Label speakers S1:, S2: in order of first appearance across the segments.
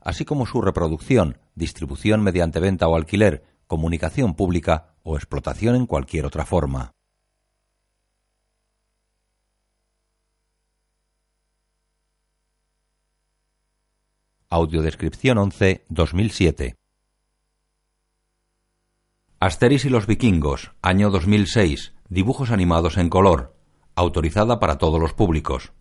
S1: así como su reproducción, distribución mediante venta o alquiler, comunicación pública o explotación en cualquier otra forma. Audiodescripción 11 2007 Asteris y los vikingos, año 2006, dibujos animados en color, autorizada para todos los públicos.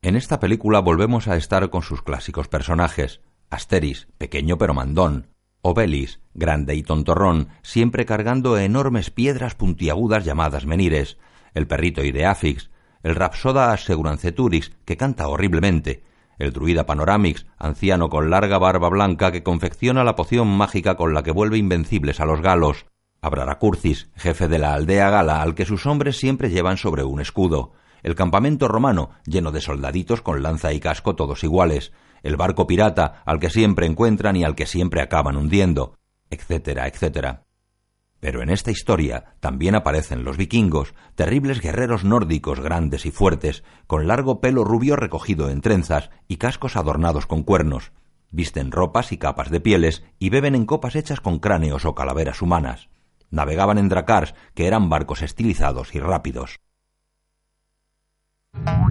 S1: En esta película volvemos a estar con sus clásicos personajes, Asteris, pequeño pero mandón, Obelis, grande y tontorrón, siempre cargando enormes piedras puntiagudas llamadas menires, el perrito Ideafix, el rapsoda Asseguranceturix, que canta horriblemente, el druida Panoramix, anciano con larga barba blanca que confecciona la poción mágica con la que vuelve invencibles a los galos, Abraracurcis, jefe de la aldea gala al que sus hombres siempre llevan sobre un escudo, el campamento romano, lleno de soldaditos con lanza y casco todos iguales, el barco pirata, al que siempre encuentran y al que siempre acaban hundiendo, etcétera, etcétera. Pero en esta historia también aparecen los vikingos, terribles guerreros nórdicos grandes y fuertes, con largo pelo rubio recogido en trenzas y cascos adornados con cuernos, visten ropas y capas de pieles y beben en copas hechas con cráneos o calaveras humanas navegaban en dracars, que eran barcos estilizados y rápidos.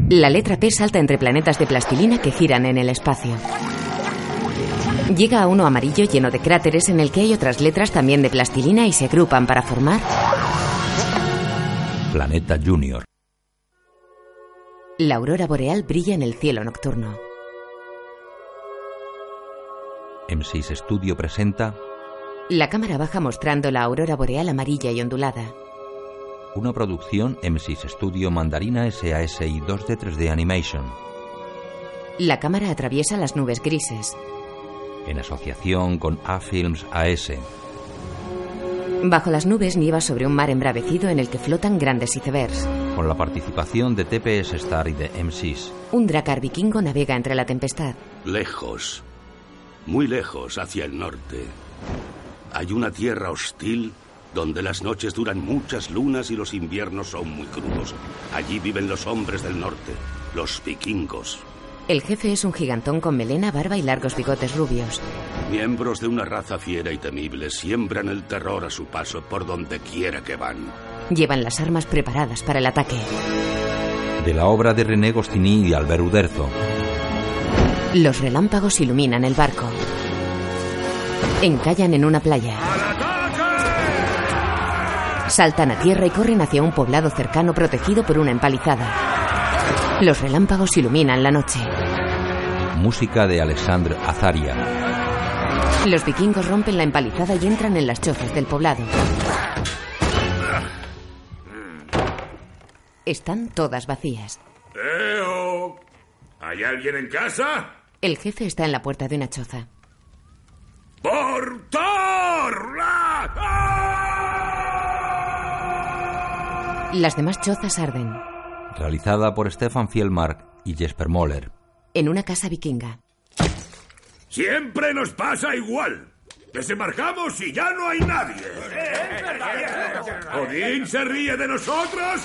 S2: La letra P salta entre planetas de plastilina que giran en el espacio. Llega a uno amarillo lleno de cráteres en el que hay otras letras también de plastilina y se agrupan para formar
S1: Planeta Junior.
S2: La aurora boreal brilla en el cielo nocturno.
S1: M6 Studio presenta
S2: La cámara baja mostrando la aurora boreal amarilla y ondulada.
S1: una producción M6 Studio Mandarina SAS y 2D 3D Animation,
S2: La cámara atraviesa las nubes grises.
S1: en asociación con A-Films AS.
S2: Bajo las nubes nieva sobre un mar embravecido en el que flotan grandes icebergs.
S1: con la participación de TPS Star y de M6.
S2: Un dracar vikingo navega entre la tempestad.
S3: Lejos, muy lejos hacia el norte. Hay una tierra hostil donde las noches duran muchas lunas y los inviernos son muy crudos. Allí viven los hombres del norte, los vikingos,
S2: El jefe es un gigantón con melena, barba y largos bigotes rubios.
S3: miembros de una raza fiera y temible, siembran el terror a su paso por donde quiera que van.
S2: Llevan las armas preparadas para el ataque.
S1: De la obra de René Gostini y Albert Uderzo.
S2: Los relámpagos iluminan el barco. Encallan en una playa. Saltan a tierra y corren hacia un poblado cercano protegido por una empalizada. Los relámpagos iluminan la noche.
S1: Música de Alexandre Azaria.
S2: Los vikingos rompen la empalizada y entran en las chozas del poblado. Están todas vacías.
S4: ¡Eo! ¿Hay alguien en casa?
S2: El jefe está en la puerta de una choza.
S4: ¡Portor!
S2: Las demás chozas arden.
S1: Realizada por Stefan Fielmark y Jesper Moller.
S2: En una casa vikinga.
S4: Siempre nos pasa igual. Desembarcamos y ya no hay nadie. ¿Odín se ríe de nosotros?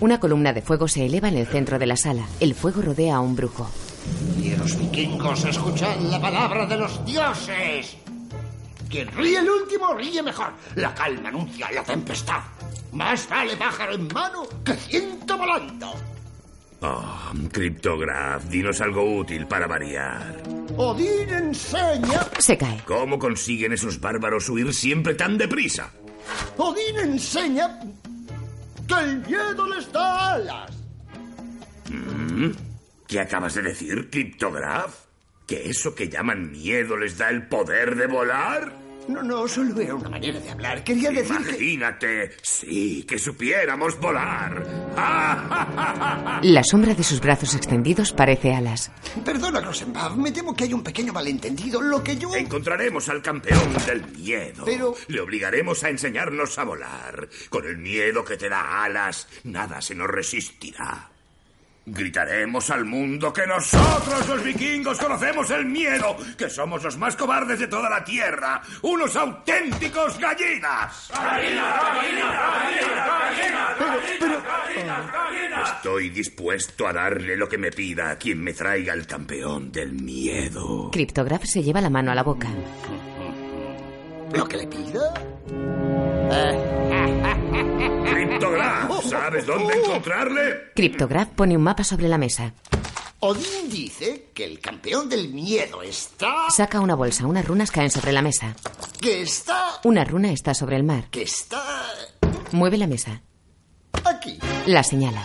S2: Una columna de fuego se eleva en el centro de la sala. El fuego rodea a un brujo.
S5: Los vikingos, escuchad la palabra de los dioses. Quien ríe el último, ríe mejor. La calma anuncia la tempestad. Más vale pájaro en mano que ciento volando.
S4: Oh, Cryptograph, dinos algo útil para variar.
S5: Odín enseña,
S2: Se cae.
S4: ¿Cómo consiguen esos bárbaros huir siempre tan deprisa?
S5: Odín enseña que el miedo les da alas.
S4: Mm. ¿Qué acabas de decir, Cryptograph? ¿Que eso que llaman miedo les da el poder de volar?
S5: No, no, solo era una manera de hablar. Quería decir que...
S4: Imagínate, sí, que supiéramos volar. Ah,
S2: La sombra de sus brazos extendidos parece alas.
S5: Perdona, Rosenbaum, me temo que hay un pequeño malentendido. Lo que yo...
S4: Encontraremos al campeón del miedo.
S5: Pero-
S4: Le obligaremos a enseñarnos a volar. Con el miedo que te da alas, nada se nos resistirá. Gritaremos al mundo que nosotros los vikingos conocemos el miedo, que somos los más cobardes de toda la tierra, unos auténticos gallinas. Estoy dispuesto a darle lo que me pida a quien me traiga el campeón del miedo.
S2: Cryptograph se lleva la mano a la boca.
S5: ¿Lo que le pida?
S4: Cryptograph, ¿sabes dónde
S5: Uh.
S4: encontrarle?
S2: Cryptograph pone un mapa sobre la mesa.
S5: Odín dice que el campeón del miedo está...
S2: Saca una bolsa. Unas runas caen sobre la mesa.
S5: Que está...
S2: Una runa está sobre el mar.
S5: Que está...
S2: Mueve la mesa.
S5: Aquí.
S2: La señala.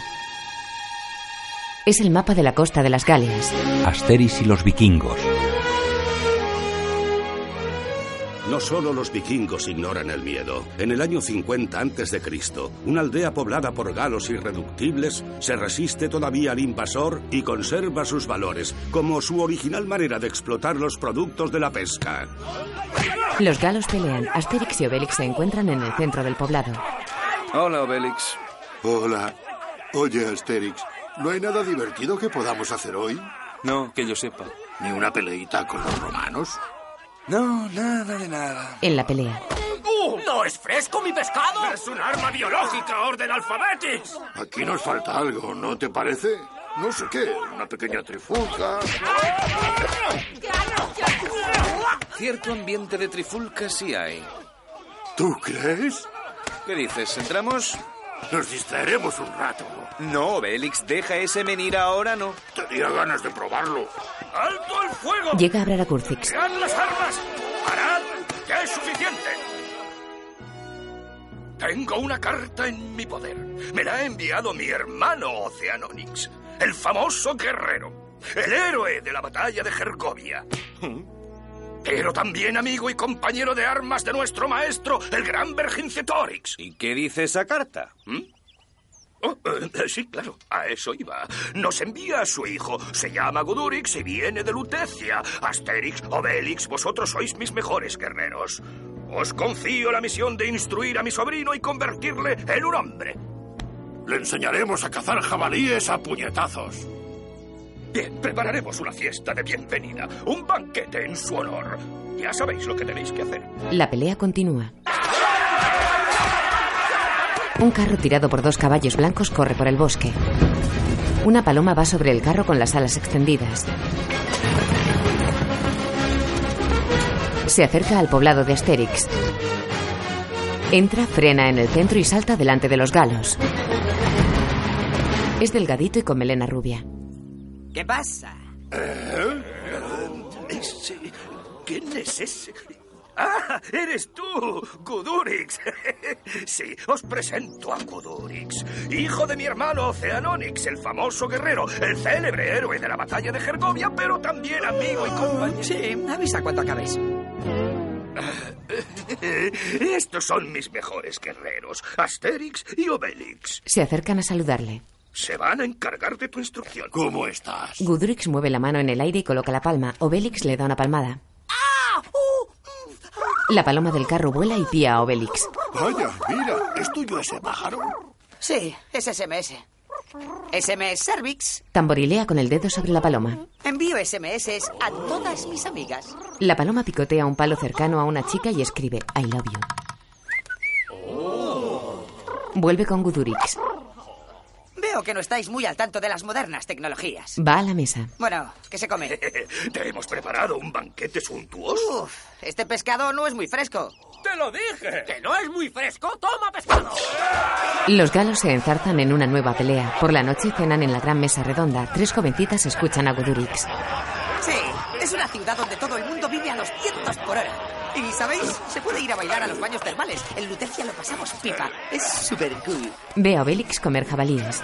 S2: Es el mapa de la costa de las Galeas.
S1: Asteris y los vikingos.
S3: No solo los vikingos ignoran el miedo. En el año 50 a.C., una aldea poblada por galos irreductibles se resiste todavía al invasor y conserva sus valores, como su original manera de explotar los productos de la pesca.
S2: Los galos pelean. Asterix y Obelix se encuentran en el centro del poblado.
S6: Hola, Obelix.
S7: Hola. Oye, Asterix, ¿no hay nada divertido que podamos hacer hoy?
S6: No, que yo sepa.
S7: ¿Ni una peleita con los romanos?
S6: No, nada de nada.
S2: En la pelea.
S8: ¡Uh! ¡No es fresco mi pescado!
S4: Es un arma biológica, orden alfabetis.
S7: Aquí nos falta algo, ¿no te parece? No sé qué, una pequeña trifulca.
S6: Cierto ambiente de trifulca sí hay.
S7: ¿Tú crees?
S6: ¿Qué dices? ¿Entramos?
S7: Nos distraeremos un rato.
S6: No, Obelix, deja ese menir ahora, no.
S7: Tenía ganas de probarlo.
S4: ¡Alto el fuego!
S2: Llega a hablar a Curzix.
S4: ¡Sean las armas! ¡Parad! ¡Ya es suficiente! Tengo una carta en mi poder. Me la ha enviado mi hermano Oceanonix, el famoso guerrero, el héroe de la batalla de Gergovia. Pero también amigo y compañero de armas de nuestro maestro, el gran Vercingetorix.
S6: ¿Y qué dice esa carta? ¿Mm?
S4: Oh, eh, sí, claro, a eso iba. Nos envía a su hijo. Se llama Gudurix y viene de Lutecia. Asterix, Obelix, vosotros sois mis mejores guerreros. Os confío la misión de instruir a mi sobrino y convertirle en un hombre.
S7: Le enseñaremos a cazar jabalíes a puñetazos.
S4: Bien, prepararemos una fiesta de bienvenida, un banquete en su honor. Ya sabéis lo que tenéis que hacer.
S2: La pelea continúa. Un carro tirado por dos caballos blancos corre por el bosque. Una paloma va sobre el carro con las alas extendidas. Se acerca al poblado de Asterix. Entra, frena en el centro y salta delante de los galos. Es delgadito y con melena rubia.
S8: ¿Qué pasa?
S4: ¿Eh? Ese- ¿Quién es ese? ¡Ah! ¡Eres tú, Gudurix! sí, os presento a Gudurix, hijo de mi hermano Oceanonix, el famoso guerrero, el célebre héroe de la batalla de Gergovia, pero también amigo y compañero.
S8: Sí, avisa cuando acabes.
S4: Estos son mis mejores guerreros, Asterix y Obelix.
S2: Se acercan a saludarle.
S4: Se van a encargar de tu instrucción.
S7: ¿Cómo estás?
S2: Gudrix mueve la mano en el aire y coloca la palma. Obelix le da una palmada. La paloma del carro vuela y pía a Obelix.
S7: Vaya, mira, ¿es tuyo ese pájaro?
S8: Sí, es SMS. SMS Cervix.
S2: Tamborilea con el dedo sobre la paloma.
S8: Envío SMS a todas mis amigas.
S2: La paloma picotea un palo cercano a una chica y escribe I love you. Vuelve con Gudurix.
S8: Veo que no estáis muy al tanto de las modernas tecnologías.
S2: Va a la mesa.
S8: Bueno, ¿qué se come?
S4: Te hemos preparado un banquete suntuoso.
S8: Uf, este pescado no es muy fresco.
S4: ¡Te lo dije! ¡Eh!
S8: ¿Que no es muy fresco? ¡Toma pescado!
S2: Los galos se enzarzan en una nueva pelea. Por la noche cenan en la gran mesa redonda. Tres jovencitas escuchan a Gudurix.
S8: Sí, es una ciudad donde todo el mundo vive a los cientos por hora. Y, ¿sabéis? Se puede ir a bailar a los baños termales. En Lutecia lo pasamos pipa. Es súper cool.
S2: Ve a Obelix comer jabalíes.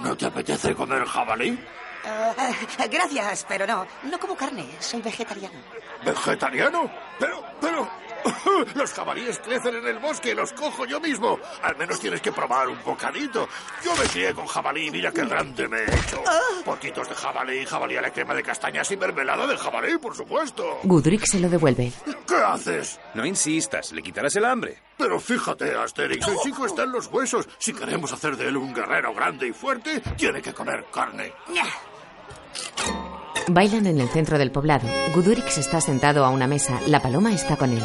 S7: ¿No te apetece comer jabalí?
S8: Eh, gracias, pero no. No como carne, soy vegetariano.
S4: ¿Vegetariano? Pero, pero... Los jabalíes crecen en el bosque, los cojo yo mismo. Al menos tienes que probar un bocadito. Yo me crié con jabalí, mira qué grande me he hecho. Potitos de jabalí, jabalí a la crema de castañas y mermelada de jabalí, por supuesto.
S2: Gudrick se lo devuelve.
S4: ¿Qué haces?
S6: No insistas, le quitarás el hambre.
S4: Pero fíjate, Asterix, el chico está en los huesos. Si queremos hacer de él un guerrero grande y fuerte, tiene que comer carne.
S2: Bailan en el centro del poblado. Gudurix está sentado a una mesa. La paloma está con él.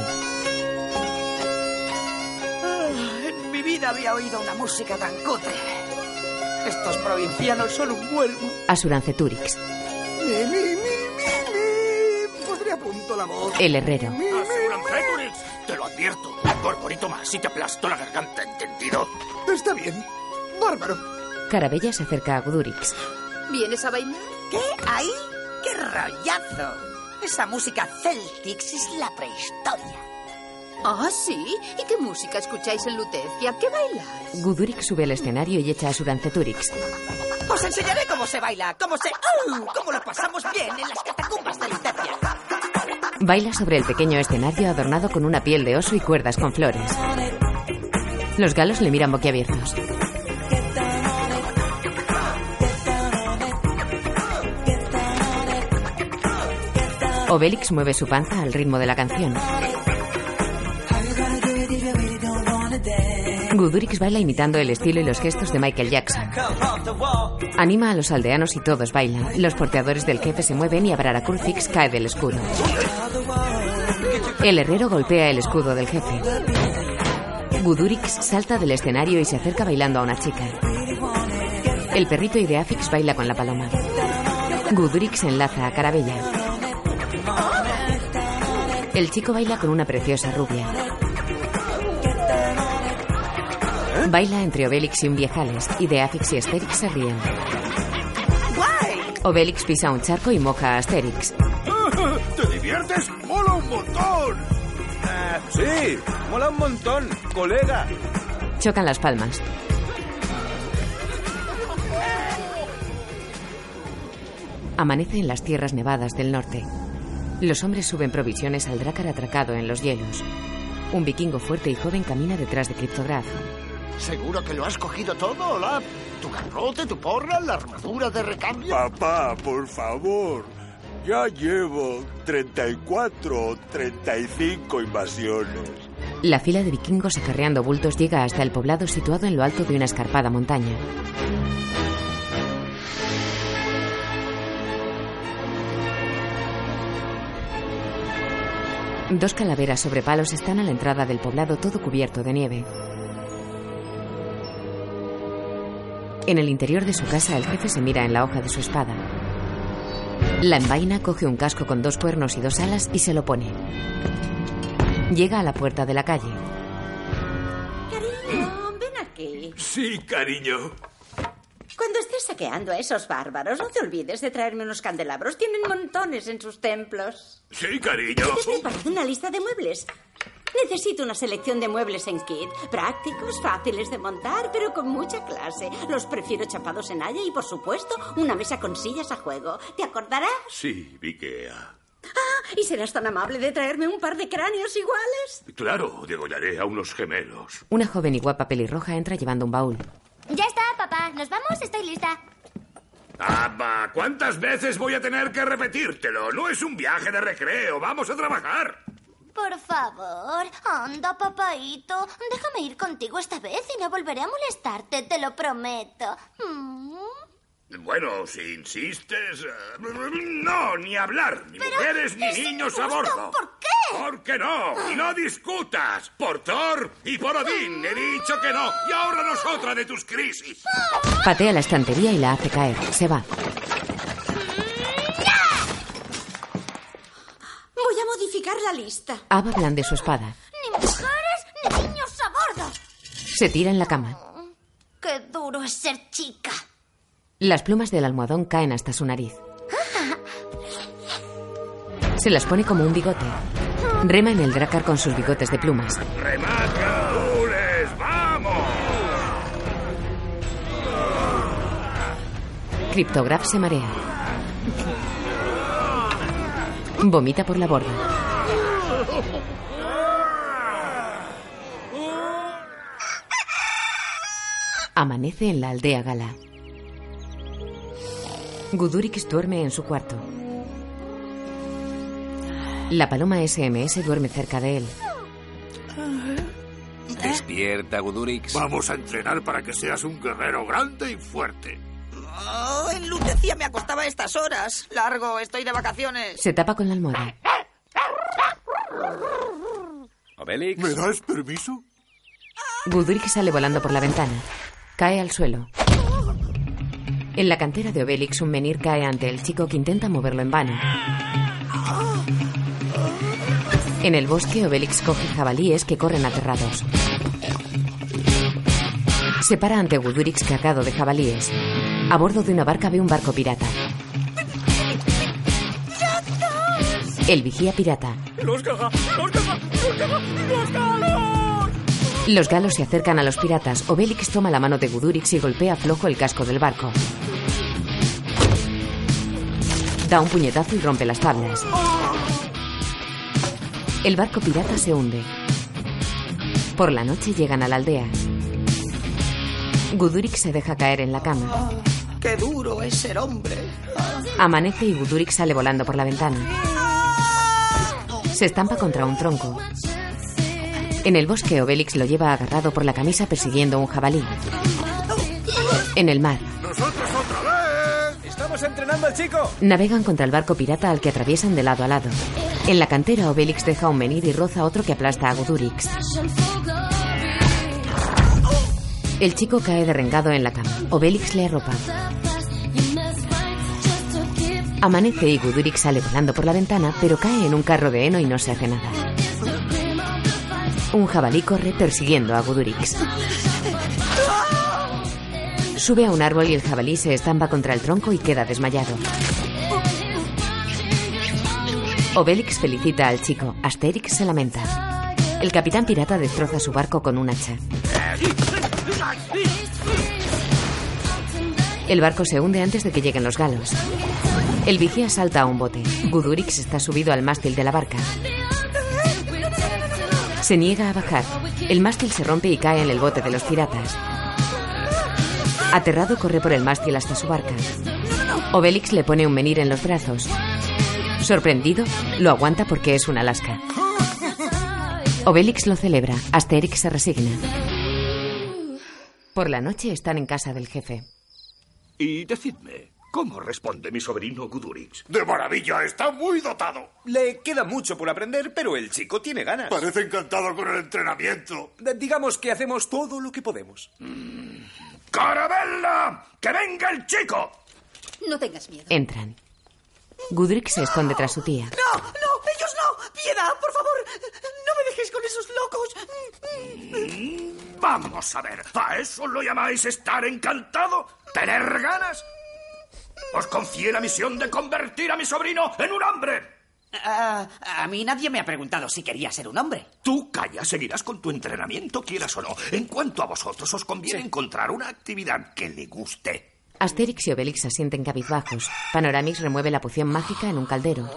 S8: Ah, En mi vida había oído una música tan cutre. Estos provincianos son un vuelvo.
S2: Asuranceturix. El herrero.
S4: Te lo advierto, corporito más si te aplastó la garganta, ¿entendido?
S9: Está bien. Bárbaro.
S2: Carabella se acerca a Gudurix.
S10: ¿Vienes a bailar?
S8: ¿Qué? ¿Ahí? ¡Qué rollazo! Esa música Celtics es la prehistoria.
S10: Ah, sí. ¿Y qué música escucháis en Lutecia? ¿Qué bailáis?
S2: Gudurix sube al escenario y echa a Asuranceturix.
S8: Os enseñaré cómo se baila, cómo se... ¡Au! ¿Cómo lo pasamos bien en las catacumbas de Lutecia?
S2: Baila sobre el pequeño escenario adornado con una piel de oso y cuerdas con flores. Los galos le miran boquiabiertos. Obélix mueve su panza al ritmo de la canción. Gudurix baila imitando el estilo y los gestos de Michael Jackson. Anima a los aldeanos y todos bailan. Los porteadores del jefe se mueven y Abrara Kurfix cae del escudo. El herrero golpea el escudo del jefe. Gudurix salta del escenario y se acerca bailando a una chica. El perrito Ideafix baila con la paloma. Gudurix enlaza a Carabella. El chico baila con una preciosa rubia. Baila entre Obélix y un viejales. Ideafix y Asterix se ríen.
S8: ¡Guay!
S2: Obélix pisa un charco y moja a Asterix.
S4: ¿Te diviertes? ¡Mola un montón!
S6: Eh, sí, mola un montón, colega.
S2: Chocan las palmas. Amanece en las tierras nevadas del norte. Los hombres suben provisiones al drácar atracado en los hielos. Un vikingo fuerte y joven camina detrás de Cryptograph.
S5: ¿Seguro que lo has cogido todo, Olaf? ¿Tu garrote, tu porra, la armadura de recambio?
S7: Papá, por favor. Ya llevo 34 o 35 invasiones.
S2: La fila de vikingos acarreando bultos llega hasta el poblado situado en lo alto de una escarpada montaña. Dos calaveras sobre palos están a la entrada del poblado todo cubierto de nieve. En el interior de su casa el jefe se mira en la hoja de su espada. La envaina coge un casco con dos cuernos y dos alas y se lo pone. Llega a la puerta de la calle.
S10: Cariño, ven aquí.
S4: Sí, cariño.
S10: Cuando estés saqueando a esos bárbaros, no te olvides de traerme unos candelabros. Tienen montones en sus templos.
S4: Sí, cariño.
S10: He preparado una lista de muebles. Necesito una selección de muebles en kit. Prácticos, fáciles de montar, pero con mucha clase. Los prefiero chapados en haya y, por supuesto, una mesa con sillas a juego. ¿Te acordarás?
S4: Sí, Vikea.
S10: Ah, ¿Y serás tan amable de traerme un par de cráneos iguales?
S4: Claro, degollaré a unos gemelos.
S2: Una joven y guapa pelirroja entra llevando un baúl.
S11: Ya está, papá. ¿Nos vamos? Estoy lista.
S4: ¡Apa! ¿Cuántas veces voy a tener que repetírtelo? No es un viaje de recreo, vamos a trabajar.
S11: Por favor, anda, papaito. Déjame ir contigo esta vez y no volveré a molestarte, te lo prometo. Mm.
S4: Bueno, si insistes... eh, No, ni hablar. Ni
S11: Pero
S4: mujeres ni
S11: es
S4: niños a
S11: injusto,
S4: bordo.
S11: ¿por qué?
S4: ¿Por qué no? Y no discutas. Por Thor y por Odín. He dicho que no. Y ahora nosotra de tus crisis.
S11: ¿Eh?
S2: Patea la estantería y la hace caer. Se va.
S10: Voy a modificar la lista.
S2: Ava blande su espada.
S11: Ni mujeres ni niños a bordo.
S2: Se tira en la cama.
S11: Qué duro es ser chica.
S2: Las plumas del almohadón caen hasta su nariz. Se las pone como un bigote. Rema en el dracar con sus bigotes de plumas.
S4: ¡Remata, Ules! ¡Vamos!
S2: Cryptograph se marea. Vomita por la borda. Amanece en la aldea gala. Gudurix duerme en su cuarto. La paloma SMS duerme cerca de él.
S6: Despierta, Gudurix.
S4: Vamos a entrenar para que seas un guerrero grande y fuerte.
S8: Oh, en Lutecía me acostaba a estas horas. Largo, estoy de vacaciones.
S2: Se tapa con la almohada.
S6: Obelix.
S7: ¿Me das permiso?
S2: Gudurix sale volando por la ventana. Cae al suelo. En la cantera de Obelix, un menir cae ante el chico que intenta moverlo en vano. En el bosque, Obelix coge jabalíes que corren aterrados. Se para ante Gudurix cargado de jabalíes. A bordo de una barca ve un barco pirata. El vigía pirata.
S12: ¡Los gaga! ¡Los gaga! ¡Los gaga! ¡Los galos!
S2: Los galos se acercan a los piratas. Obelix toma la mano de Gudurix y golpea flojo el casco del barco. Da un puñetazo y rompe las tablas. El barco pirata se hunde. Por la noche llegan a la aldea. Gudurix se deja caer en la cama.
S8: ¡Qué duro es ser hombre!
S2: Amanece y Gudurix sale volando por la ventana. Se estampa contra un tronco. En el bosque, Obelix lo lleva agarrado por la camisa persiguiendo un jabalí. En el mar,
S12: ¡Nosotros otra vez! ¡Estamos entrenando al chico!
S2: navegan contra el barco pirata al que atraviesan de lado a lado. En la cantera, Obelix deja un menir y roza otro que aplasta a Gudurix. El chico cae derrengado en la cama. Obelix le arropa. Amanece y Gudurix sale volando por la ventana, pero cae en un carro de heno y no se hace nada. Un jabalí corre persiguiendo a Gudurix. Sube a un árbol y el jabalí se estampa contra el tronco y queda desmayado. Obelix felicita al chico, Asterix se lamenta. El capitán pirata destroza su barco con un hacha. El barco se hunde antes de que lleguen los galos. El vigía salta a un bote. Gudurix está subido al mástil de la barca. Se niega a bajar. El mástil se rompe y cae en el bote de los piratas. Aterrado corre por el mástil hasta su barca. Obelix le pone un menir en los brazos. Sorprendido, lo aguanta porque es un Alaska. Obelix lo celebra. Asterix se resigna. Por la noche están en casa del jefe.
S4: Y decidme, ¿cómo responde mi sobrino Gudurix? ¡De maravilla! ¡Está muy dotado!
S12: Le queda mucho por aprender, pero el chico tiene ganas.
S7: Parece encantado con el entrenamiento.
S12: D- Digamos que hacemos todo lo que podemos.
S4: ¡Carabella! ¡Que venga el chico!
S8: No tengas miedo.
S2: Entran. Gudrix se esconde tras su tía.
S8: ¡No! ¡No! ¡Ellos no! ¡Piedad, por favor! ¡No me dejéis con esos locos!
S4: Vamos a ver, ¿a eso lo llamáis estar encantado? ¿Tener ganas? Os confié la misión de convertir a mi sobrino en un hombre.
S8: Ah, a mí nadie me ha preguntado si quería ser un hombre.
S4: Tú calla, seguirás con tu entrenamiento, quieras o no. En cuanto a vosotros, os conviene encontrar una actividad que le guste.
S2: Asterix y Obelix se sienten cabizbajos. Panoramix remueve la poción mágica en un caldero.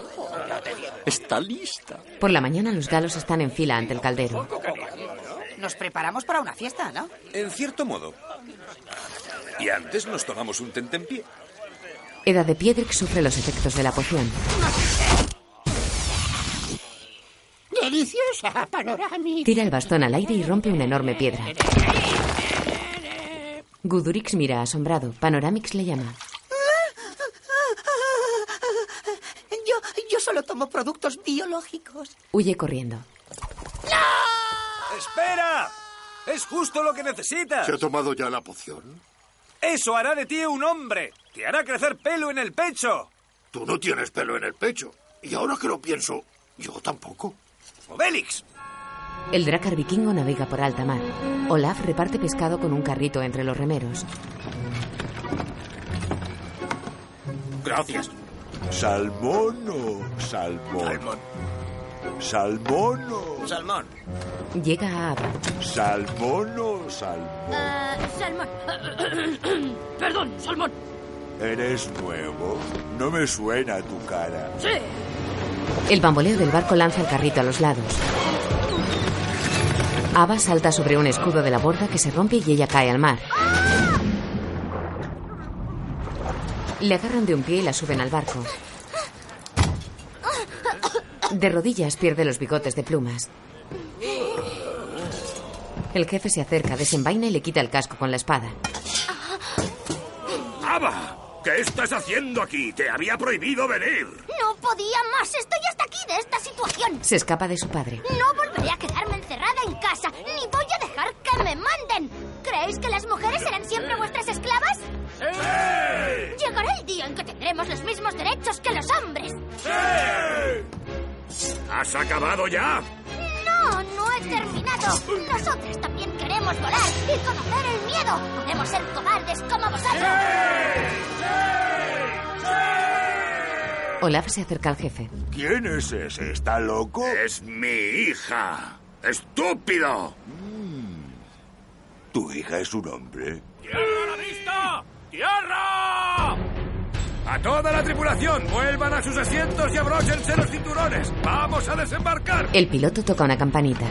S6: Está lista.
S2: Por la mañana los galos están en fila ante el caldero.
S8: Nos preparamos para una fiesta, ¿no?
S6: En cierto modo.
S4: Y antes
S6: nos tomamos un tentempié.
S2: Eda de Piedrix sufre los efectos de la poción.
S13: Deliciosa, panorámica.
S2: Tira el bastón al aire y rompe una enorme piedra. Gudurix mira asombrado. Panoramix le llama.
S8: Yo, yo solo tomo productos biológicos.
S2: Huye corriendo.
S6: ¡Espera! Es justo lo que necesitas.
S7: ¿Se ha tomado ya la poción?
S6: Eso hará de ti un hombre. Te hará crecer pelo en el pecho.
S7: Tú no tienes pelo en el pecho. Y ahora que lo pienso, yo tampoco.
S6: Obelix.
S2: El dracar vikingo navega por alta mar. Olaf reparte pescado con un carrito entre los remeros.
S4: Gracias.
S14: Salmono, salmón. Salmono.
S6: Salmón.
S2: Llega a Ava.
S14: Salmono, salmón.
S15: Uh,
S13: salmón. Perdón, salmón.
S14: ¿Eres nuevo? No me suena tu cara.
S2: El bamboleo del barco lanza el carrito a los lados. Ava salta sobre un escudo de la borda que se rompe y ella cae al mar. Le agarran de un pie y la suben al barco. De rodillas pierde los bigotes de plumas. El jefe se acerca, desenvaina y le quita el casco con la espada.
S4: ¡Ava! ¿Qué estás haciendo aquí? Te había prohibido venir.
S11: No podía más. Estoy hasta aquí de esta situación.
S2: Se escapa de su padre.
S11: No volveré a quedarme encerrada en casa, ni voy a dejar que me manden. ¿Creéis que las mujeres serán siempre vuestras esclavas? Llegará el día en que tendremos los mismos derechos que los hombres.
S7: ¡Eh!
S4: ¿Has acabado ya?
S11: No, no he terminado. Nosotras también queremos volar y conocer el miedo. Podemos ser cobardes como vosotros.
S2: Olaf se acerca al jefe.
S14: ¿Quién es ese? ¿Está loco?
S4: Es mi hija. ¡Estúpido!
S14: Mm. ¿Tu hija es un hombre?
S6: ¡Tierra a la vista! ¡Tierra!
S4: A toda la tripulación, vuelvan a sus asientos y abróchense los cinturones. Vamos a desembarcar.
S2: El piloto toca una campanita.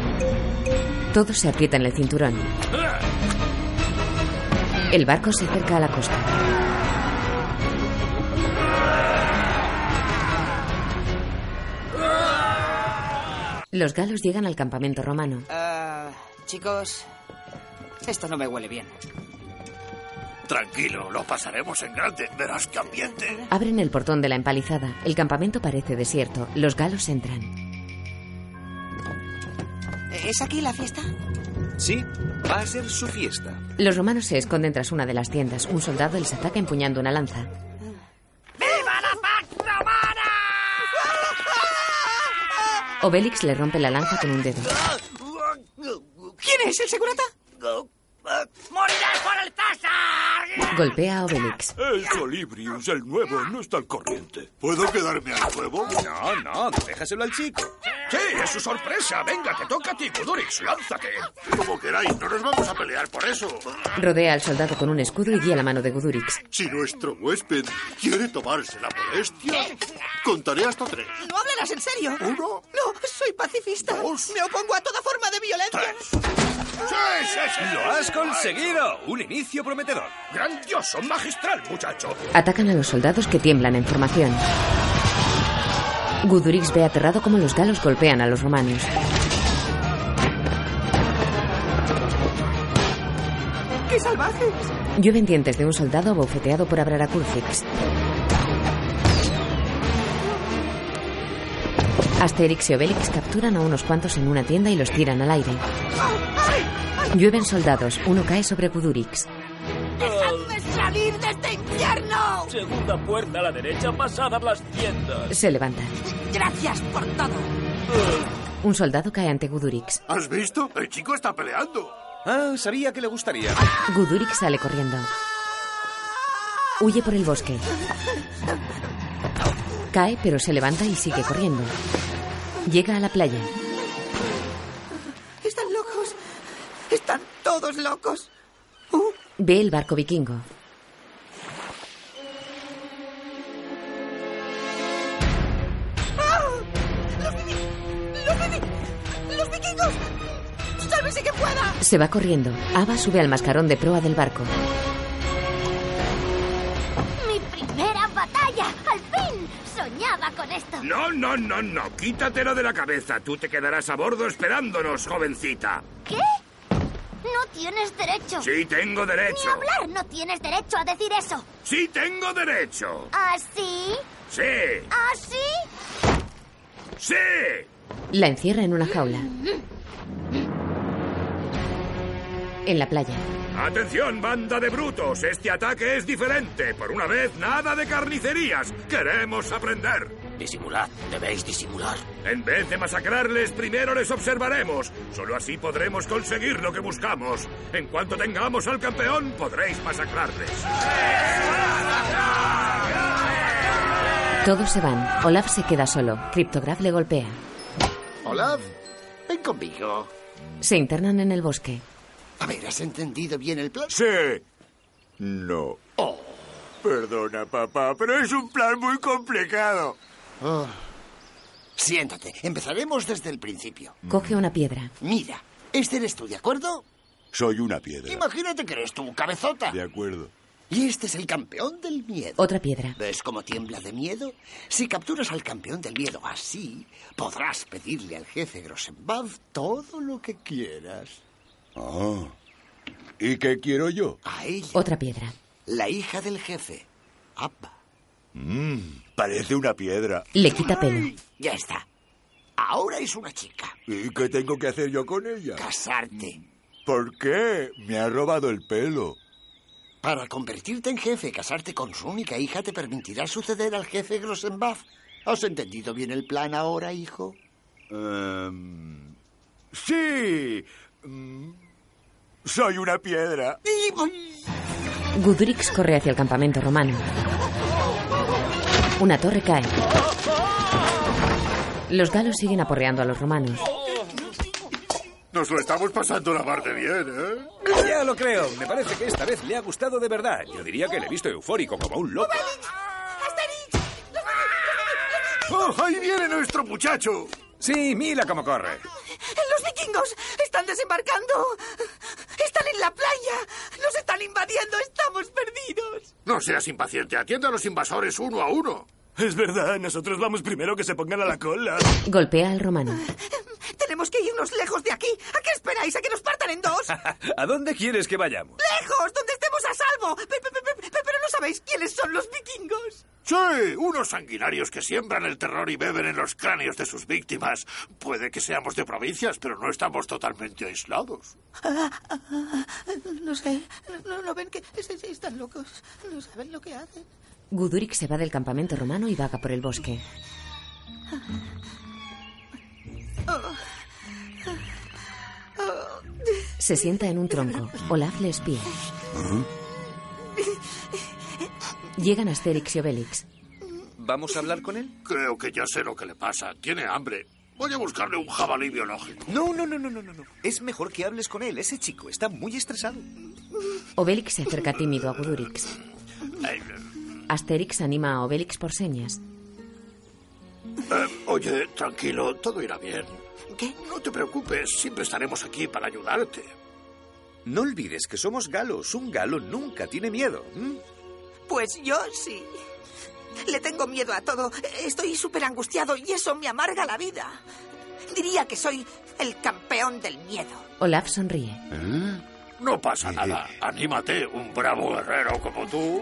S2: Todos se aprietan el cinturón. El barco se acerca a la costa. Los galos llegan al campamento romano.
S8: Ah, chicos, esto no me huele bien.
S4: Tranquilo, lo pasaremos en grande. Verás qué ambiente.
S2: Abren el portón de la empalizada. El campamento parece desierto. Los galos entran.
S8: ¿Es aquí la fiesta?
S13: Sí, va a ser su fiesta.
S2: Los romanos se esconden tras una de las tiendas. Un soldado les ataca empuñando una lanza.
S12: ¡Viva la paz romana!
S2: Obélix le rompe la lanza con un dedo.
S8: ¿Quién es el segurata?
S12: ¡Morirás por el César!
S2: Golpea a Obelix.
S14: El Solibrius, el nuevo, no está al corriente.
S7: ¿Puedo quedarme al huevo?
S13: No, no, déjaselo al chico.
S4: Sí, es su sorpresa. Venga, te toca a ti, Budurix. Lánzate.
S7: Como queráis, no nos vamos a pelear por eso.
S2: Rodea al soldado con un escudo y guía la mano de Gudurix.
S7: Si nuestro huésped quiere tomarse la molestia, contaré hasta tres.
S8: ¿No hablarás en serio?
S7: Uno.
S8: No, soy pacifista.
S7: Dos.
S8: Me opongo a toda forma de violencia.
S4: Tres. ¡Sí, sí, sí!
S13: ¡Lo has conseguido! Un inicio prometedor.
S4: ¡Grandioso, magistral, muchacho!
S2: Atacan a los soldados que tiemblan en formación. Gudurix ve aterrado cómo los galos golpean a los romanos.
S8: ¡Qué salvajes!
S2: Llueven dientes de un soldado bofeteado por Abrara Curfix. Asterix y Obelix capturan a unos cuantos en una tienda y los tiran al aire. Llueven soldados, uno cae sobre Gudurix.
S12: ¡Dejadme salir de este infierno!
S16: Segunda puerta a la derecha, pasadas las tiendas.
S2: Se levanta.
S12: Gracias por todo.
S2: Un soldado cae ante Gudurix.
S7: ¿Has visto? El chico está peleando.
S13: Ah, sabía que le gustaría.
S2: Gudurix sale corriendo. Huye por el bosque. Cae, pero se levanta y sigue corriendo. Llega a la playa.
S8: Están locos. Están todos locos.
S2: Ve el barco vikingo.
S12: ¡Ah! ¡Los, vivi- los, vivi- los vikingos! ¡Sálvese que pueda!
S2: Se va corriendo. Ava sube al mascarón de proa del barco.
S11: Mi primera batalla. Al fin. Soñaba con esto.
S4: No, no, no, no. Quítatelo de la cabeza. Tú te quedarás a bordo esperándonos, jovencita.
S11: ¿Qué? No tienes derecho.
S4: Sí, tengo
S11: Ni
S4: derecho.
S11: hablar. No tienes derecho a decir eso.
S4: Sí, tengo derecho.
S11: ¿Así?
S4: Sí,
S11: ¿Así?
S4: sí.
S2: La encierra en una jaula. En la playa.
S4: Atención, banda de brutos. Este ataque es diferente. Por una vez, nada de carnicerías. Queremos aprender.
S16: Disimulad, debéis disimular.
S4: En vez de masacrarles, primero les observaremos. Solo así podremos conseguir lo que buscamos. En cuanto tengamos al campeón, podréis masacrarles.
S2: Todos se van. Olaf se queda solo. Cryptograph le golpea.
S5: Olaf, ven conmigo.
S2: Se internan en el bosque.
S5: A ver, ¿has entendido bien el plan?
S14: Sí. No.
S5: Oh,
S14: Perdona, papá, pero es un plan muy complicado.
S5: Oh. Siéntate, empezaremos desde el principio.
S2: Coge una piedra.
S5: Mira, este eres tú, ¿de acuerdo?
S14: Soy una piedra.
S5: Imagínate que eres tú, cabezota.
S14: De acuerdo.
S5: Y este es el campeón del miedo.
S2: Otra piedra.
S5: ¿Ves cómo tiembla de miedo? Si capturas al campeón del miedo así, podrás pedirle al jefe Grossenbad todo lo que quieras.
S14: Ah. ¿Y qué quiero yo?
S5: A ella,
S2: Otra piedra.
S5: la hija del jefe, Abba.
S14: Mm, parece una piedra.
S2: Le quita pelo.
S5: Ya está. Ahora es una chica.
S14: ¿Y qué tengo que hacer yo con ella? Mm.
S5: Casarte.
S14: ¿Por qué? Me ha robado el pelo.
S5: Para convertirte en jefe, casarte con su única hija te permitirá suceder al jefe Grossenbach. ¿Has entendido bien el plan ahora, hijo?
S14: Em, sí. Mm, soy una piedra.
S2: Gudrix corre hacia el campamento romano. Una torre cae. Los galos siguen aporreando a los romanos.
S4: Nos lo estamos pasando la mar de bien, ¿eh?
S13: Ya lo creo. Me parece que esta vez le ha gustado de verdad. Yo diría que le he visto eufórico como un loco.
S4: ¡Oh, ahí viene nuestro muchacho!
S13: Sí, mira cómo corre.
S12: ¡Los vikingos están desembarcando! ¡Están en la playa! ¡Nos están invadiendo! ¡Estamos perdidos!
S4: No seas impaciente, atiende a los invasores uno a uno.
S17: Es verdad, nosotros vamos primero que se pongan a la cola.
S2: Golpea al romano.
S12: ¡Tenemos que irnos lejos de aquí! ¿A qué esperáis? ¿A que nos partan en dos?
S13: ¿A dónde quieres que vayamos?
S12: ¡Lejos! ¡Donde estemos a salvo! Pe- pe- pe- pe- pe- Pero no sabéis quiénes son los vikingos.
S4: Sí, unos sanguinarios que siembran el terror y beben en los cráneos de sus víctimas. Puede que seamos de provincias, pero no estamos totalmente aislados.
S12: No sé. No, ven que están locos. No saben lo que hacen.
S2: Gudurix se va del campamento romano y vaga por el bosque. Se sienta en un tronco. Olaf le espía. Llegan Asterix y Obelix.
S4: ¿Vamos a hablar con él? Creo que ya sé lo que le pasa. Tiene hambre. Voy a buscarle un jabalí biológico.
S13: No, no, no, no, no, no. no. Es mejor que hables con él. Ese chico está muy estresado.
S2: Obelix se acerca tímido a Gudurix. Asterix anima a Obelix por señas.
S4: Eh, oye, tranquilo, todo irá bien. No te preocupes, siempre estaremos aquí para ayudarte.
S13: No olvides que somos galos. Un galo nunca tiene miedo. ¿m?
S12: Pues yo sí. Le tengo miedo a todo. Estoy súper angustiado y eso me amarga la vida. Diría que soy el campeón del miedo.
S2: Olaf sonríe.
S4: No pasa nada. Anímate, un bravo guerrero como tú.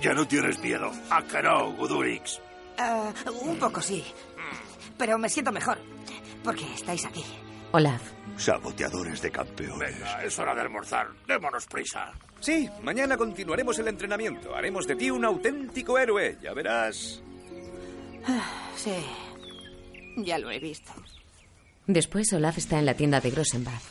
S4: Ya no tienes miedo. ¿A que no, Gudurix?
S12: Ah, un poco sí. Pero me siento mejor. Porque estáis aquí.
S2: Olaf.
S4: Saboteadores de campeones. Venga, es hora de almorzar. Démonos prisa.
S13: Sí, mañana continuaremos el entrenamiento. Haremos de ti un auténtico héroe. Ya verás.
S12: Sí. Ya lo he visto.
S2: Después Olaf está en la tienda de Grossenbach.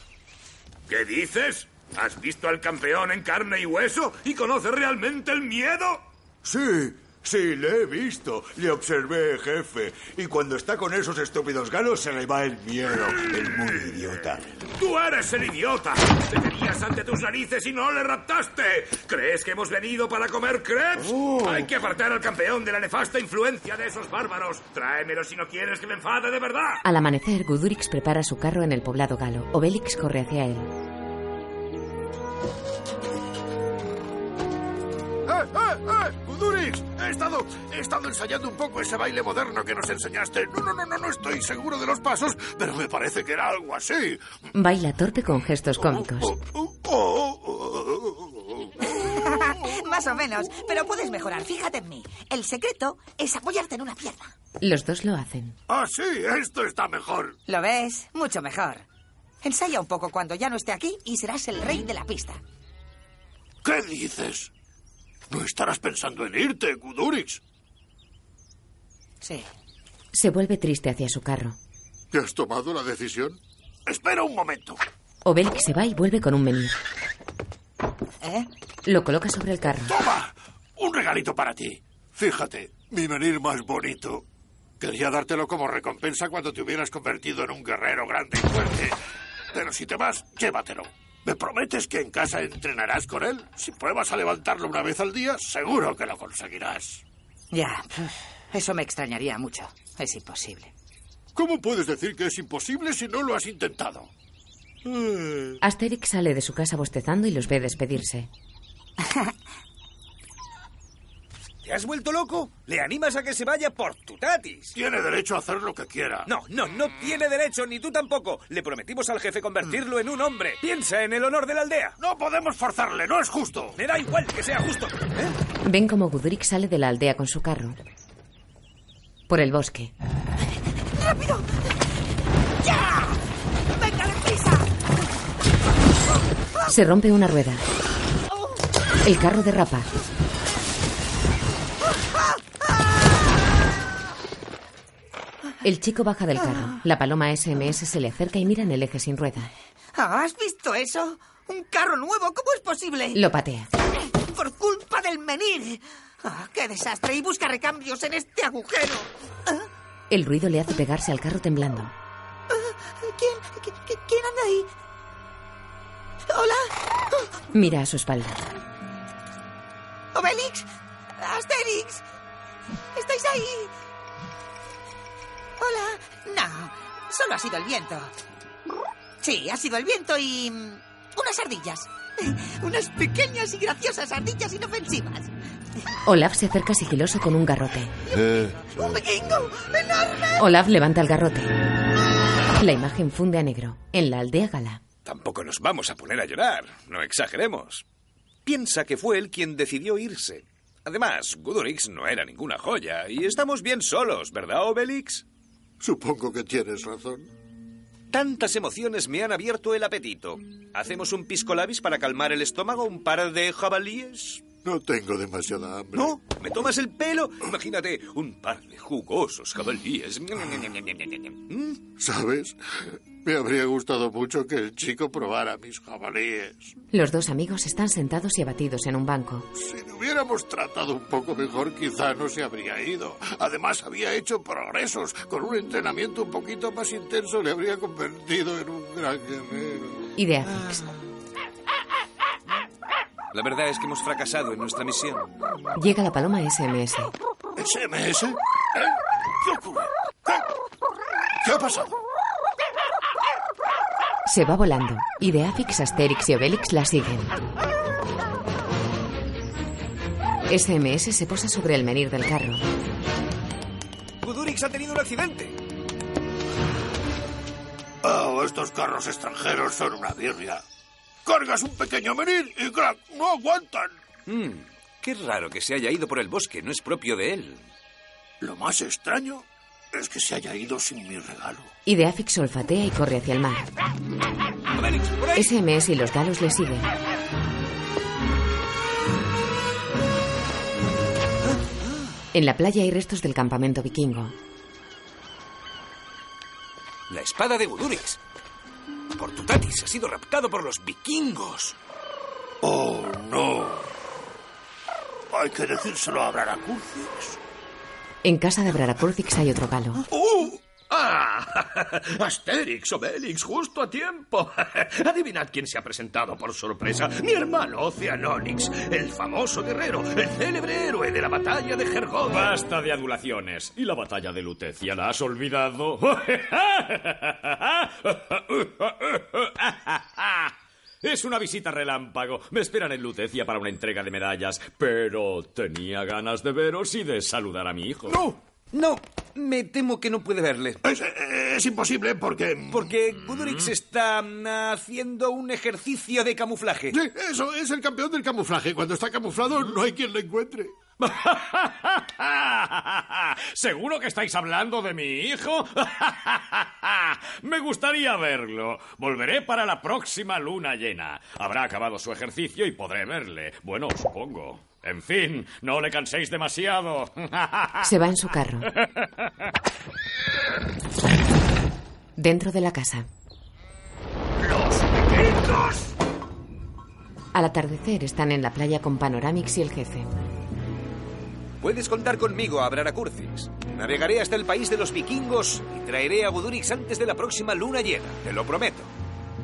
S18: ¿Qué dices? ¿Has visto al campeón en carne y hueso y conoce realmente el miedo?
S14: Sí, sí, le he visto. Le observé, jefe. Y cuando está con esos estúpidos galos se le va el miedo. El muy idiota.
S18: ¡Tú eres el idiota! ¡Te tenías ante tus narices y no le raptaste! ¿Crees que hemos venido para comer crepes? Hay que apartar al campeón de la nefasta influencia de esos bárbaros. Tráemelo si no quieres que me enfade de verdad.
S2: Al amanecer, Gudurix prepara su carro en el poblado galo. Obelix corre hacia él.
S4: ¡Eh, eh, eh! ¡Gudurix! He estado, he estado ensayando un poco ese baile moderno que nos enseñaste. No, no, no, no, no estoy seguro de los pasos, pero me parece que era algo así.
S2: Baila torpe con gestos cómicos.
S12: Más o menos. Pero puedes mejorar. Fíjate en mí. El secreto es apoyarte en una pierna.
S2: Los dos lo hacen.
S4: ¡Ah, sí! Esto está mejor.
S12: ¿Lo ves? Mucho mejor. Ensaya un poco cuando ya no esté aquí y serás el rey de la pista.
S4: ¿Qué dices? No estarás pensando en irte, Gudurix.
S12: Sí.
S2: Se vuelve triste hacia su carro.
S4: ¿Te has tomado la decisión? Espera un momento.
S2: Obelix se va y vuelve con un menú. Lo coloca sobre el carro.
S4: ¡Toma! Un regalito para ti. Fíjate, mi venir más bonito. Quería dártelo como recompensa cuando te hubieras convertido en un guerrero grande y fuerte. Pero si te vas, llévatelo. ¿Me prometes que en casa entrenarás con él? Si pruebas a levantarlo una vez al día, seguro que lo conseguirás.
S19: Ya, eso me extrañaría mucho. Es imposible.
S4: ¿Cómo puedes decir que es imposible si no lo has intentado?
S2: Asterix sale de su casa bostezando y los ve despedirse.
S20: ¿Te has vuelto loco? Le animas a que se vaya por tutatis.
S4: Tiene derecho a hacer lo que quiera.
S20: No, no, no tiene derecho, ni tú tampoco. Le prometimos al jefe convertirlo en un hombre. Piensa en el honor de la aldea.
S4: Mm. No podemos forzarle, no es justo.
S20: Me da igual que sea justo.
S2: Ven como Gudrik sale de la aldea con su carro. Por el bosque.
S12: ¡Rápido! ¡Ya! ¡Venga, deprisa!
S2: Se rompe una rueda. El carro derrapa. El chico baja del carro. La paloma SMS se le acerca y mira en el eje sin rueda.
S12: Ah, ¿Has visto eso? ¿Un carro nuevo? ¿Cómo es posible?
S2: Lo patea.
S12: Por culpa del menir. Ah, ¡Qué desastre! Y busca recambios en este agujero. Ah,
S2: El ruido le hace pegarse al carro temblando.
S12: ¿Quién, qui- qui- quién anda ahí? ¿Hola?
S2: Mira a su espalda.
S12: ¡Obelix! ¡Asterix! ¿Estáis ahí? Hola. No, solo ha sido el viento. Sí, ha sido el viento y... mm, unas ardillas. Unas pequeñas y graciosas ardillas inofensivas.
S2: Olaf se acerca sigiloso con un garrote.
S12: ¡Un vikingo! ¡Enorme!
S2: Olaf levanta el garrote. La imagen funde a negro. En la aldea gala.
S13: Tampoco nos vamos a poner a llorar, no exageremos. Piensa que fue él quien decidió irse. Además, Gudurix no era ninguna joya y estamos bien solos, ¿verdad, Obelix?
S4: Supongo que tienes razón.
S13: Tantas emociones me han abierto el apetito. ¿Hacemos un pisco labis para calmar el estómago? ¿Un par de jabalíes?
S4: No tengo demasiada hambre.
S13: ¿No? ¿Me tomas el pelo? Imagínate, un par de jugosos jabalíes. ¿Mm?
S4: ¿Sabes? Me habría gustado mucho que el chico probara mis jabalíes.
S2: Los dos amigos están sentados y abatidos en un banco.
S4: Si lo hubiéramos tratado un poco mejor, quizá no se habría ido. Además, había hecho progresos. Con un entrenamiento un poquito más intenso, le habría convertido en un gran guerrero.
S2: Y de Afix.
S13: La verdad es que hemos fracasado en nuestra misión.
S2: Llega la paloma SMS.
S4: ¿SMS? ¿Eh? ¿Qué ocurre? ¿Qué? ¿Qué ha pasado?
S2: Se va volando. Y de Afix, Asterix y Obelix la siguen. SMS se posa sobre el menir del carro.
S13: Gudurix ha tenido un accidente.
S4: Oh, estos carros extranjeros son una birria. Cargas un pequeño menil y crack, no aguantan.
S13: Mm, qué raro que se haya ido por el bosque, no es propio de él.
S4: Lo más extraño es que se haya ido sin mi regalo.
S2: Y de Afix olfatea y corre hacia el mar. SMS y los galos le siguen. En la playa hay restos del campamento vikingo.
S13: La espada de Gudurix. Por Tutatis ha sido raptado por los vikingos.
S4: Oh, no. Hay que decírselo a Braracurcix.
S2: En casa de Braracurcix hay otro galo.
S21: ¡Uh! ¡Ah! Asterix, Obelix, justo a tiempo. Adivinad quién se ha presentado por sorpresa. Mi hermano Oceanonix, el famoso guerrero, el célebre héroe de la batalla de Gergodo.
S22: Basta de adulaciones. ¿Y la batalla de Lutecia la has olvidado? Es una visita relámpago. Me esperan en Lutecia para una entrega de medallas. Pero tenía ganas de veros y de saludar a mi hijo.
S13: No, no, me temo que no puede verle.
S4: Es, eh, es imposible porque... mm,
S13: Porque Gudurix está mm, haciendo un ejercicio de camuflaje.
S4: Sí, eso, es el campeón del camuflaje. Cuando está camuflado, no hay quien lo encuentre.
S22: ¿Seguro que estáis hablando de mi hijo? Me gustaría verlo. Volveré para la próxima luna llena. Habrá acabado su ejercicio y podré verle. Bueno, supongo. En fin, no le canséis demasiado.
S2: Se va en su carro. Dentro de la casa. Al atardecer están en la playa con Panoramix y el jefe.
S13: Puedes contar conmigo a Braracurcix. Navegaré hasta el país de los vikingos y traeré a Gudurix antes de la próxima luna llena. Te lo prometo.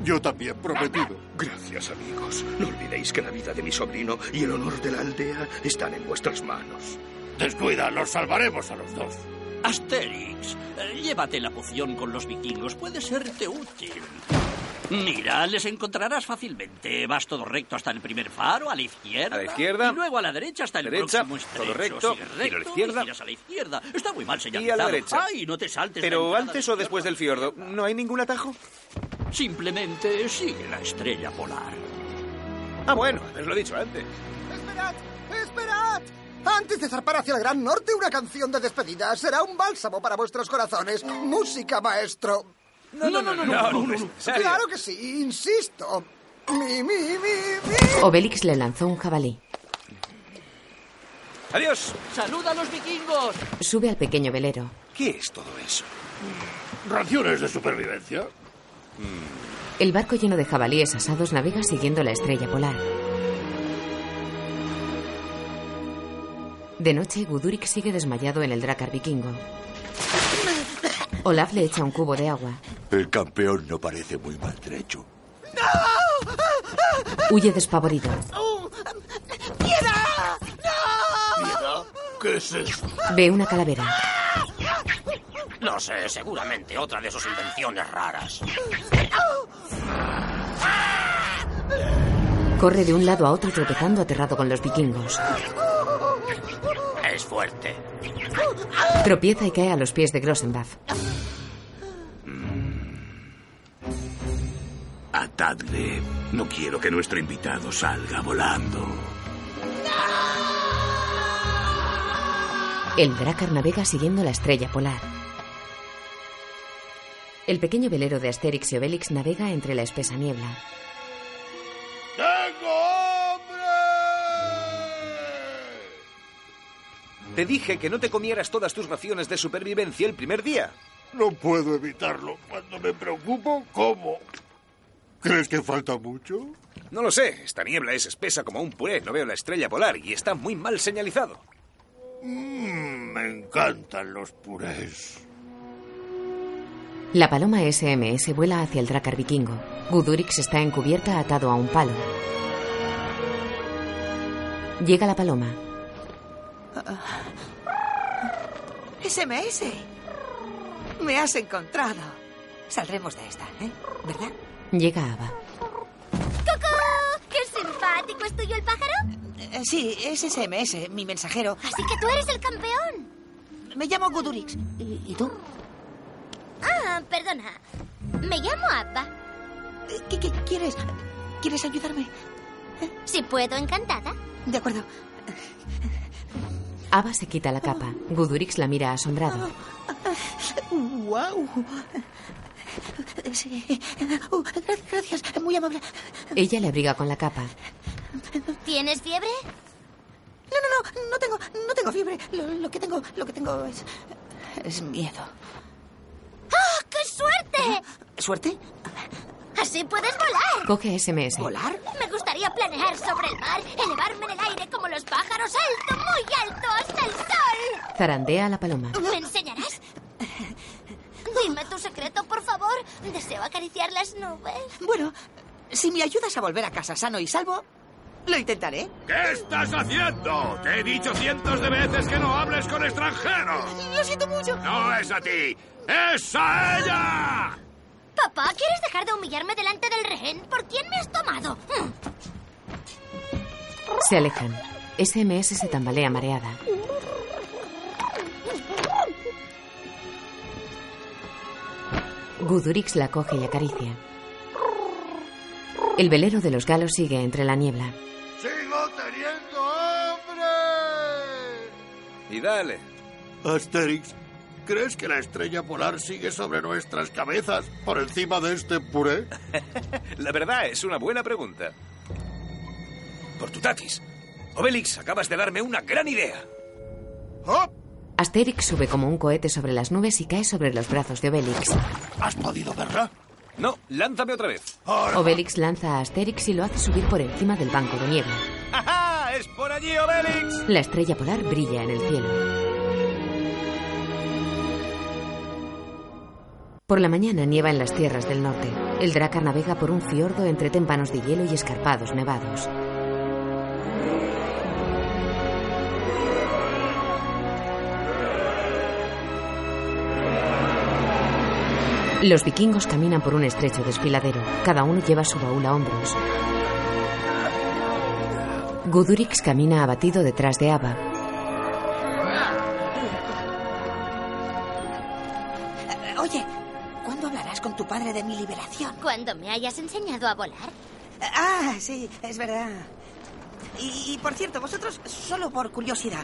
S7: Yo también, prometido.
S16: Gracias, amigos. No olvidéis que la vida de mi sobrino y el honor de la aldea están en vuestras manos.
S7: Descuida, los salvaremos a los dos.
S23: Asterix, eh, llévate la poción con los vikingos. Puede serte útil. Mira, les encontrarás fácilmente. Vas todo recto hasta el primer faro, a la izquierda.
S13: A la izquierda.
S23: Y luego a la derecha hasta el
S13: Derecha,
S23: próximo estrecho.
S13: todo recto,
S23: Sigues
S13: giro a la izquierda.
S23: y giras a la izquierda. Está muy mal señalizado.
S13: Y a la derecha.
S23: Ay, no te saltes la
S13: Pero
S23: entrada
S13: antes o después del fiordo, ¿no hay ningún atajo?
S23: Simplemente sigue la estrella polar.
S13: Ah, bueno, haberlo dicho antes.
S9: ¡Esperad! ¡Esperad! Antes de zarpar hacia el Gran Norte, una canción de despedida. Será un bálsamo para vuestros corazones. Música, maestro.
S13: No, no, no, no, no, no, no, no es necesario.
S9: Claro que sí, insisto. Mi, mi, mi, mi.
S2: Obelix le lanzó un jabalí.
S13: ¡Adiós!
S23: ¡Saluda a los vikingos!
S2: Sube al pequeño velero.
S13: ¿Qué es todo eso?
S7: ¿Raciones de supervivencia?
S2: El barco lleno de jabalíes asados navega siguiendo la estrella polar. De noche, Gudurik sigue desmayado en el dracar vikingo. Olaf le echa un cubo de agua.
S14: El campeón no parece muy maltrecho.
S2: Huye despavorido.
S12: ¡Piedad!
S5: ¿Piedad? ¿Qué es eso?
S2: Ve una calavera.
S5: No sé, seguramente otra de sus invenciones raras.
S12: ¡Ah!
S2: Corre de un lado a otro tropezando aterrado con los vikingos.
S5: Es fuerte.
S2: Tropieza y cae a los pies de Grossenbach.
S4: Atadle. No quiero que nuestro invitado salga volando.
S2: El Dracar navega siguiendo la estrella polar. El pequeño velero de Asterix y Obelix navega entre la espesa niebla.
S13: Te dije que no te comieras todas tus raciones de supervivencia el primer día.
S7: No puedo evitarlo. Cuando me preocupo, como. ¿Crees que falta mucho?
S13: No lo sé, esta niebla es espesa como un puré, no veo la estrella polar y está muy mal señalizado.
S7: Mm, me encantan los purés.
S2: La paloma SMS vuela hacia el Dracar vikingo. Gudurix está en cubierta atado a un palo. Llega la paloma.
S12: Ah. SMS. Me has encontrado. Saldremos de esta, ¿eh? ¿Verdad?
S2: Llega Ava.
S11: ¡Cocó! ¡Qué simpático! ¿Es tuyo el pájaro?
S12: Eh, Sí, es SMS, mi mensajero.
S11: Así que tú eres el campeón.
S12: Me llamo Gudurix. ¿Y, y tú?
S11: Ah, perdona. Me llamo Abba.
S12: Eh, ¿Qué, qué quieres? ¿Quieres ayudarme? ¿Eh?
S11: Si puedo, encantada.
S12: De acuerdo.
S2: Ava se quita la capa. Gudurix la mira
S12: Ah,
S2: asombrado.
S12: ¡Wow! Sí. Uh, gra- gracias, muy amable.
S2: Ella le abriga con la capa.
S11: ¿Tienes fiebre?
S12: No, no, no, no tengo, no tengo fiebre. Lo, lo que tengo, lo que tengo es, es miedo.
S11: ¡Ah, qué suerte!
S12: ¿Suerte?
S11: Así puedes volar.
S2: Coge SMS.
S12: ¿Volar?
S11: Me gustaría planear sobre el mar, elevarme en el aire como los pájaros, alto, muy alto, hasta el sol.
S2: Zarandea a la paloma.
S11: ¿Me enseñarás? Dime tu secreto, por favor. Deseo acariciar las nubes.
S12: Bueno, si me ayudas a volver a casa sano y salvo, lo intentaré.
S4: ¿Qué estás haciendo? Te he dicho cientos de veces que no hables con extranjeros.
S12: Lo siento mucho.
S4: No es a ti, es a ella.
S11: Papá, ¿quieres dejar de humillarme delante del rehén? ¿Por quién me has tomado? Mm.
S2: Se alejan. SMS se tambalea mareada. Gudurix la coge y acaricia. El velero de los galos sigue entre la niebla.
S7: ¡Sigo teniendo hambre!
S13: Y dale.
S7: Asterix, ¿crees que la estrella polar sigue sobre nuestras cabezas por encima de este puré?
S13: La verdad es una buena pregunta. Portutatis, Obelix, acabas de darme una gran idea.
S2: Asterix sube como un cohete sobre las nubes y cae sobre los brazos de Obelix.
S7: ¿Has podido verla?
S13: No, lánzame otra vez.
S2: Ah. Obelix lanza a Asterix y lo hace subir por encima del banco de niebla.
S13: ¡Ajá! ¡Es por allí, Obelix!
S2: La estrella polar brilla en el cielo. Por la mañana nieva en las tierras del norte. El dracar navega por un fiordo entre témpanos de hielo y escarpados nevados. Los vikingos caminan por un estrecho desfiladero. Cada uno lleva su baúl a hombros. Gudurix camina abatido detrás de Ava.
S12: Eh, Oye, ¿cuándo hablarás con tu padre de mi liberación?
S11: Cuando me hayas enseñado a volar.
S12: Ah, sí, es verdad. Y, y, por cierto, vosotros, solo por curiosidad,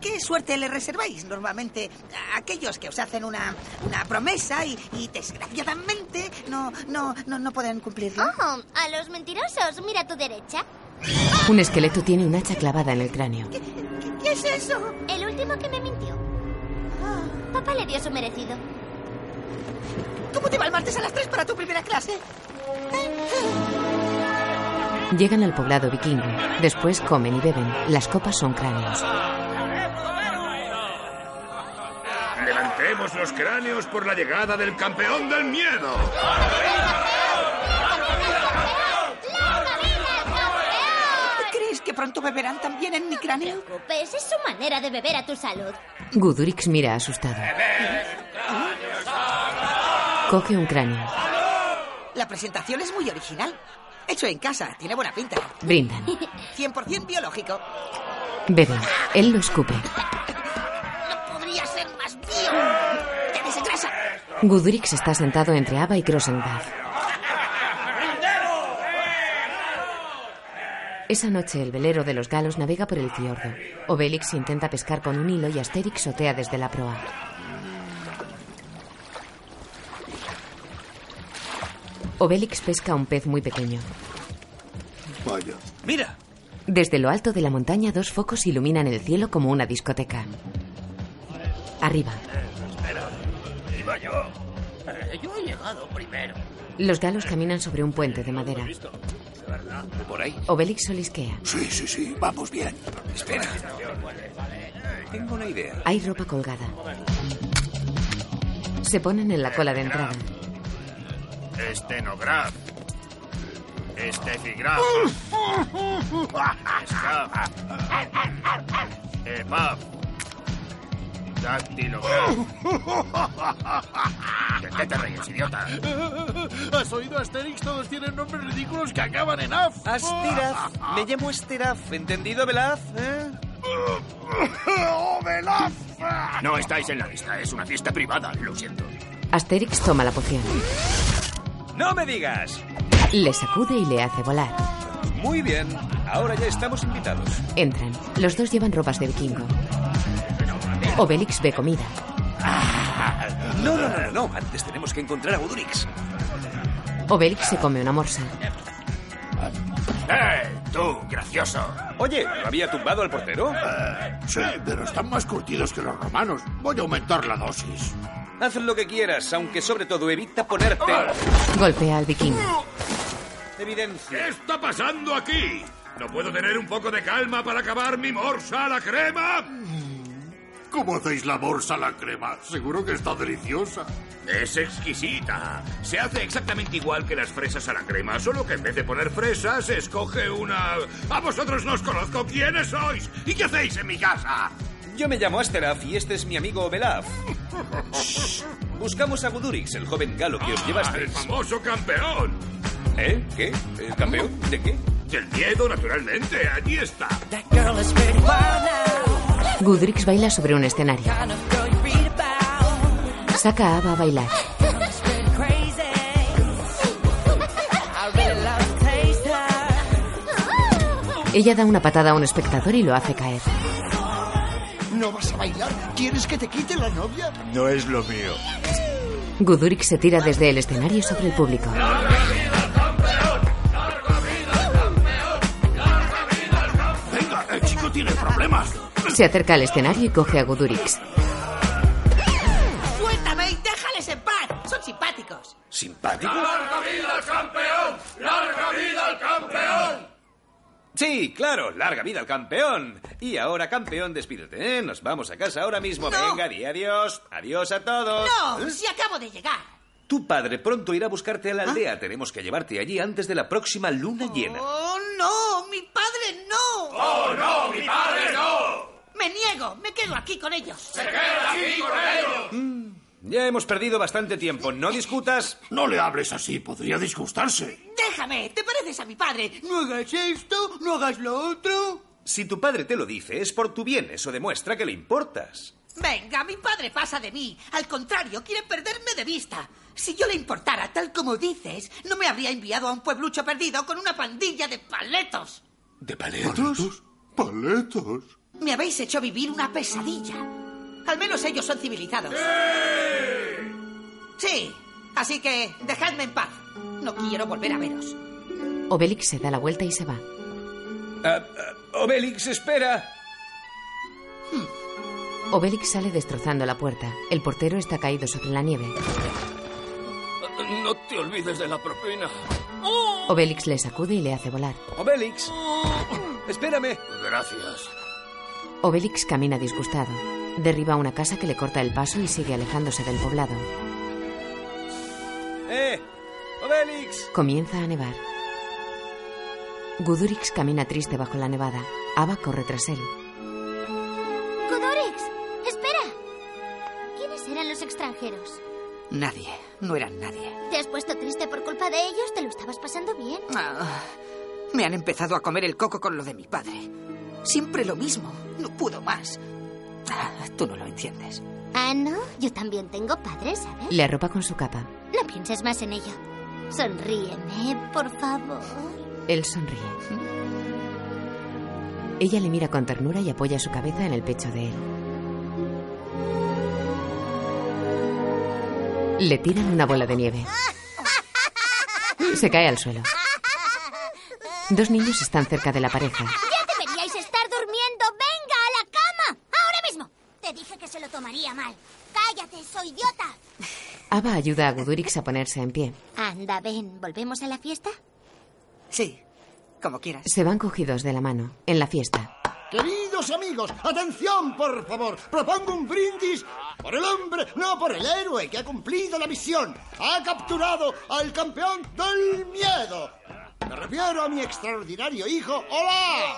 S12: ¿qué suerte le reserváis normalmente a aquellos que os hacen una, una promesa y, y desgraciadamente no, no, no, no pueden cumplirla?
S11: Oh, a los mentirosos, mira a tu derecha.
S2: Un esqueleto tiene un hacha clavada en el cráneo.
S11: ¿Qué, qué es eso? El último que me mintió.
S12: Ah.
S11: Papá le dio su merecido.
S12: ¿Cómo te va el martes a las 3 para tu primera clase?
S2: Llegan al poblado vikingo. Después comen y beben. Las copas son cráneos.
S4: Levantemos los cráneos por la llegada del campeón del miedo.
S12: ¿Crees que pronto beberán también en mi cráneo?
S11: Pues es su manera de beber a tu salud.
S2: Gudurix mira asustado.
S5: Eh,
S12: Mm,
S2: Coge un cráneo.
S12: La presentación es muy original. Hecho en casa, tiene buena pinta.
S2: Brindan.
S12: 100% biológico.
S2: Beben. Él lo escupe.
S12: No podría ser más bio. ¡Te desengrasa!
S2: Gudurix está sentado entre Ava y Grosengard. Esa noche el velero de los galos navega por el fiordo. Obelix intenta pescar con un hilo y Asterix sotea desde la proa. Obelix pesca un pez muy pequeño.
S7: Vaya.
S23: Mira,
S2: Desde lo alto de la montaña dos focos iluminan el cielo como una discoteca. Arriba,
S24: Espera, iba yo. Eh, Yo he llegado primero.
S2: los galos caminan sobre un puente de madera.
S24: Por ahí.
S2: Obelix solisquea.
S7: Sí, sí, sí, vamos bien.
S24: Espera.
S13: Tengo una idea.
S2: Hay ropa colgada. Se ponen en la cola de entrada.
S4: Este
S25: Estenograf. Estefigraf. Escaf. Epaf. Dactilograf.
S24: ¿De qué te ríes, idiota?
S7: ¿Has oído, Asterix? Todos tienen nombres ridículos que acaban en af.
S13: Asteraf. Me llamo Asteraf. ¿Entendido, Velaz? ¿Eh?
S16: No estáis en la lista, es una fiesta privada, lo siento.
S2: Asterix toma la poción.
S13: ¡No me digas!
S2: Le sacude y le hace volar.
S13: Muy bien, ahora ya estamos invitados.
S2: Entran. Los dos llevan ropas de vikingo. Obelix ve comida.
S13: No, no, no, no, no. Antes tenemos que encontrar a Gudurix.
S2: Obelix se come una morsa.
S16: ¡Eh! ¡Tú, gracioso!
S13: Oye, ¿lo había tumbado al portero?
S7: Sí, pero están más curtidos que los romanos. Voy a aumentar la dosis.
S13: Haz lo que quieras, aunque sobre todo evita ponerte.
S4: Ah.
S2: Golpea al vikingo.
S13: Evidencia.
S4: ¿Qué está pasando aquí? ¿No puedo tener un poco de calma para acabar mi morsa a la crema?
S7: ¿Cómo hacéis la bolsa a la crema? Seguro que está deliciosa.
S4: Es exquisita. Se hace exactamente igual que las fresas a la crema, solo que en vez de poner fresas, se escoge una... A vosotros no os conozco. ¿Quiénes sois? ¿Y qué hacéis en mi casa?
S13: Yo me llamo Asteraf y este es mi amigo Velaf. Shh. Buscamos a Gudurix, el joven galo que os
S4: Ah, ¡El
S13: llevasteis.
S4: famoso campeón!
S13: ¿Eh? ¿Qué? ¿El campeón? ¿De qué?
S4: Del miedo, naturalmente. Allí está.
S2: Gudrix baila sobre un escenario. Saca a Ava a bailar. Ella da una patada a un espectador y lo hace caer.
S5: ¿No vas a bailar? ¿Quieres que te quite la novia?
S14: No es lo mío.
S2: Gudrix se tira desde el escenario sobre el público.
S7: Venga, el chico tiene problemas.
S2: Se acerca al escenario y coge a Gudurix.
S12: ¡Suéltame y déjales en paz! ¡Son simpáticos!
S13: ¿Simpático?
S4: ¡Larga vida al campeón! ¡Larga vida al campeón!
S13: Sí, claro, larga vida al campeón. Y ahora, campeón, despídete, ¿eh? Nos vamos a casa ahora mismo.
S12: No.
S13: Venga, di adiós. Adiós a todos.
S12: ¡No!
S13: ¿Eh?
S12: ¡Si acabo de llegar!
S13: Tu padre pronto irá a buscarte a la aldea. Tenemos que llevarte allí antes de la próxima luna llena.
S12: Ah. ¡Oh, no! ¡Mi padre no!
S13: ¡Oh, no! ¡Mi padre no!
S12: ¡Me niego! ¡Me quedo aquí con ellos! ¡Se
S24: queda aquí con ellos!
S13: Ya hemos perdido bastante tiempo. No discutas.
S7: No le hables así. Podría disgustarse.
S12: ¡Déjame! ¿Te pareces a mi padre? No hagas esto, no hagas lo otro.
S13: Si tu padre te lo dice, es por tu bien. Eso demuestra que le importas.
S12: Venga, mi padre pasa de mí. Al contrario, quiere perderme de vista. Si yo le importara, tal como dices, no me habría enviado a un pueblucho perdido con una pandilla de paletos.
S7: ¿De paletos? ¿Paletos?
S12: Me habéis hecho vivir una pesadilla. Al menos ellos son civilizados. Sí, así que dejadme en paz. No quiero volver a veros.
S2: Obelix se da la vuelta y se va.
S13: Ah, ah, Obelix, espera.
S2: Obelix sale destrozando la puerta. El portero está caído sobre la nieve.
S24: No te olvides de la propina.
S12: Oh,
S2: Obelix le sacude y le hace volar.
S13: Obelix. Espérame.
S7: Gracias.
S2: Obelix camina disgustado. Derriba una casa que le corta el paso y sigue alejándose del poblado.
S13: ¡Eh! ¡Obelix!
S2: Comienza a nevar. Gudurix camina triste bajo la nevada. Ava corre tras él.
S11: Godorix, espera. ¿Quiénes eran los extranjeros?
S12: Nadie. No eran nadie.
S11: ¿Te has puesto triste por culpa de ellos? ¿Te lo estabas pasando bien?
S12: Ah, me han empezado a comer el coco con lo de mi padre. Siempre lo mismo. No pudo más. Ah, tú no lo entiendes.
S11: Ah, no. Yo también tengo padres, ¿sabes?
S2: Le arropa con su capa.
S11: No pienses más en ello. Sonríeme, por favor.
S2: Él sonríe. Ella le mira con ternura y apoya su cabeza en el pecho de él. Le tiran una bola de nieve. Se cae al suelo. Dos niños están cerca de la pareja.
S11: ¡Ya deberíais estar durmiendo! ¡Venga a la cama! ¡Ahora mismo! Te dije que se lo tomaría mal. ¡Cállate, soy idiota!
S2: Ava ayuda a Gudurix a ponerse en pie.
S11: Anda, ven, ¿volvemos a la fiesta?
S12: Sí, como quieras.
S2: Se van cogidos de la mano en la fiesta.
S5: Queridos amigos, atención, por favor. Propongo un brindis por el hombre, no por el héroe que ha cumplido la misión. Ha capturado al campeón del miedo. Me refiero a mi extraordinario hijo, Hola.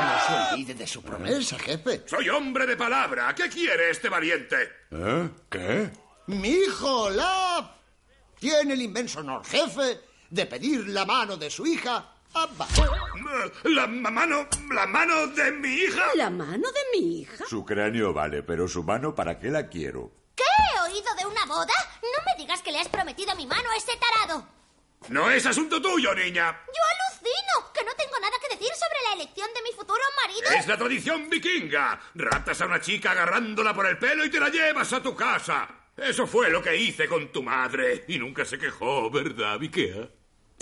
S4: ¡No
S5: se olvide de su promesa, jefe.
S4: Soy hombre de palabra. ¿Qué quiere este valiente?
S7: ¿Eh? ¿Qué?
S5: Mi hijo Olaf tiene el inmenso honor, jefe, de pedir la mano de su hija, Abba.
S4: La mano, la mano de mi hija.
S10: ¿La mano de mi hija?
S14: Su cráneo vale, pero su mano, ¿para qué la quiero?
S11: ¿Qué he oído de una boda? No me digas que le has prometido mi mano a ese tarado.
S4: No es asunto tuyo, niña.
S11: Yo alucino que no tengo nada que decir sobre la elección de mi futuro marido.
S4: Es la tradición vikinga. Ratas a una chica agarrándola por el pelo y te la llevas a tu casa. Eso fue lo que hice con tu madre. Y nunca se quejó, ¿verdad, Vikea?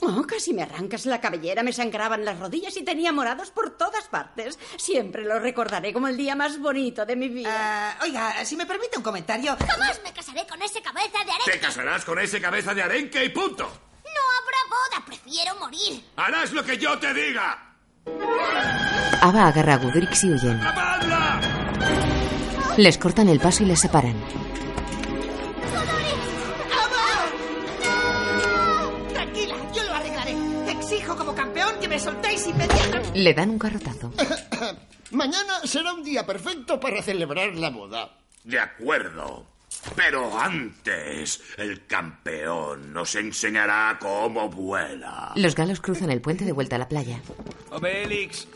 S10: Oh, casi me arrancas la cabellera, me sangraban las rodillas y tenía morados por todas partes. Siempre lo recordaré como el día más bonito de mi
S26: Ah.
S10: vida.
S12: Ah, oiga, si me permite un comentario.
S11: Jamás me casaré con ese cabeza de arenque.
S4: Te casarás con ese cabeza de arenque y punto.
S11: No habrá boda, prefiero morir.
S4: Harás lo que yo te diga.
S2: Ava agarra a Gudrix y huyen. Les cortan el paso y les separan.
S12: Tranquila, yo lo arreglaré. Te exijo como campeón que me soltéis inmediatamente.
S2: Le dan un carrotazo.
S5: Mañana será un día perfecto para celebrar la boda.
S4: De acuerdo. Pero antes, el campeón nos enseñará cómo vuela.
S2: Los galos cruzan el puente de vuelta a la playa.
S13: Obelix.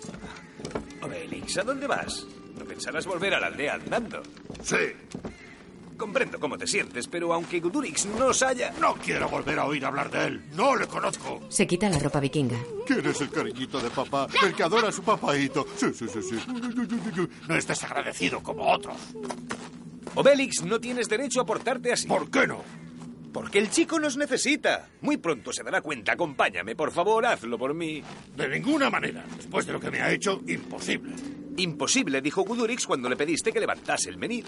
S13: Obelix, ¿a dónde vas? No pensarás volver a la aldea andando.
S7: Sí.
S13: Comprendo cómo te sientes, pero aunque Gudurix nos haya...
S7: No quiero volver a oír hablar de él. No le conozco.
S2: Se quita la ropa vikinga.
S7: ¿Quién es el cariñito de papá? El que adora a su papaito. Sí, sí, sí, sí. No estés agradecido como otros.
S13: Obelix, Oh, no tienes derecho a portarte así.
S7: ¿Por qué no?
S13: Porque el chico nos necesita. Muy pronto se dará cuenta. Acompáñame, por favor, hazlo por mí.
S7: De ninguna manera. Después de lo que me ha hecho, imposible.
S13: Imposible, dijo Gudurix cuando le pediste que levantase el menir.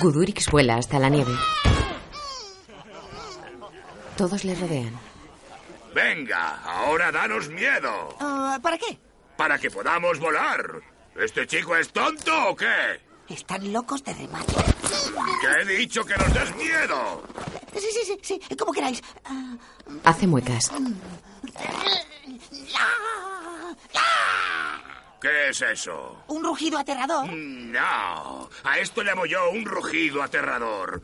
S2: Gudurix vuela hasta la nieve. Todos le rodean.
S4: Venga, ahora danos miedo.
S12: Ah, ¿Para qué?
S4: para que podamos volar. ¿Este chico es tonto o qué?
S12: Están locos de remate.
S4: ¡Que he dicho que nos des miedo!
S12: Sí, sí, sí, sí, como queráis.
S2: Hace muecas.
S4: ¿Qué es eso?
S12: Un rugido aterrador.
S13: Mm.
S4: No, a esto llamo yo un rugido aterrador.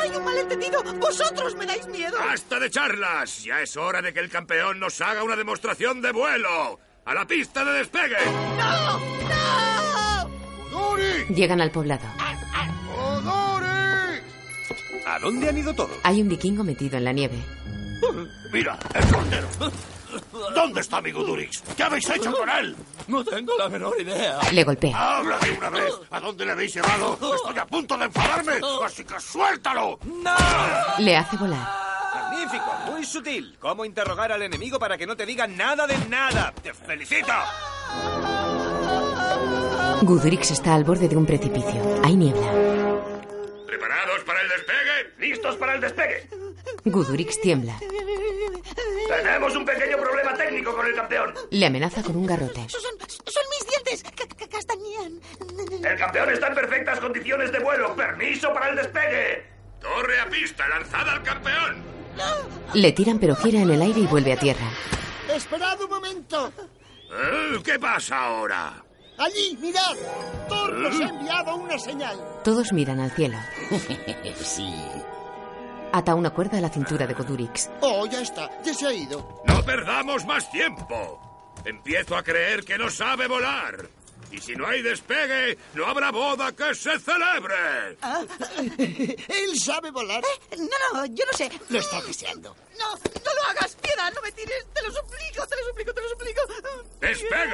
S12: ¡Hay un malentendido! ¡Vosotros me dais miedo!
S13: Ah,
S4: ¡Basta de charlas! Ya es hora de que el campeón nos haga una demostración de vuelo. ¡A la pista de despegue!
S12: ¡No! ¡No!
S2: Llegan al poblado.
S13: ¿A dónde han ido todos?
S2: Hay un vikingo metido en la nieve.
S27: Mira, el soltero. ¿Dónde está mi Gudurix? ¿Qué habéis hecho con él?
S15: No tengo la menor idea.
S2: Le golpea.
S27: ¡Habla de una vez! ¿A dónde le habéis llevado? Estoy a punto de enfadarme, así que suéltalo.
S13: ¡No!
S2: Le hace volar.
S13: Magnífico, muy sutil. ¿Cómo interrogar al enemigo para que no te diga nada de nada? ¡Te felicito!
S2: Gudrix está al borde de un precipicio. Hay niebla.
S4: ¿Preparados para el despegue?
S15: ¿Listos para el despegue?
S2: Gudrix tiembla.
S15: Tenemos un pequeño problema técnico con el campeón.
S2: Le amenaza con un garrote.
S12: Son, son mis dientes. ca- ca- Castañean.
S15: El campeón está en perfectas condiciones de vuelo. Permiso para el despegue.
S4: Torre a pista, lanzada al campeón.
S2: Le tiran pero gira en el aire y vuelve a tierra.
S4: Esperad un momento.
S15: Eh,
S4: ¿Qué pasa ahora?
S5: Allí, mirad. Thor nos ha enviado una señal.
S2: Todos miran al cielo.
S15: sí.
S2: Ata una cuerda a la cintura de Godurix.
S5: Oh, ya está. Ya se ha ido.
S4: No perdamos más tiempo. Empiezo a creer que no sabe volar. Y si no hay despegue, no habrá boda que se celebre.
S12: Ah.
S5: Él sabe volar.
S12: Eh, No, no, yo no sé.
S5: Lo está deseando.
S12: No, no lo hagas, piedad, no me tires. Te lo suplico, te lo suplico, te lo suplico.
S4: ¡Despegue!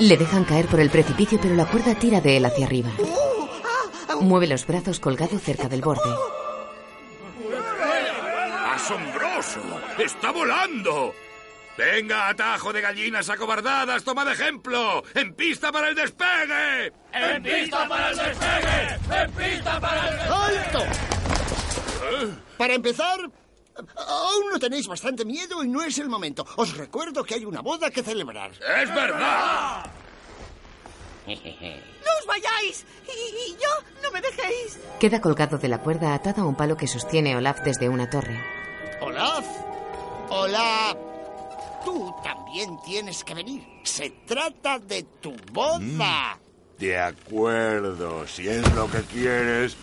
S2: Le dejan caer por el precipicio pero la cuerda tira de él hacia arriba. Mueve los brazos colgado cerca del borde.
S4: ¡Asombroso! ¡Está volando! Venga, atajo de gallinas acobardadas, toma de ejemplo. ¡En pista para el despegue!
S15: ¡En pista para el despegue! ¡En pista para el
S5: ¡Alto! Para empezar, aún no tenéis bastante miedo y no es el momento. Os recuerdo que hay una boda que celebrar.
S4: ¡Es verdad!
S13: Ah.
S12: ¡No os vayáis! Y, y yo, no me dejéis.
S2: Queda colgado de la cuerda atado a un palo que sostiene Olaf desde una torre.
S5: Olaf. Hola. Tú también tienes que venir. Se trata de tu boda.
S14: Mm, De acuerdo, si es lo que quieres.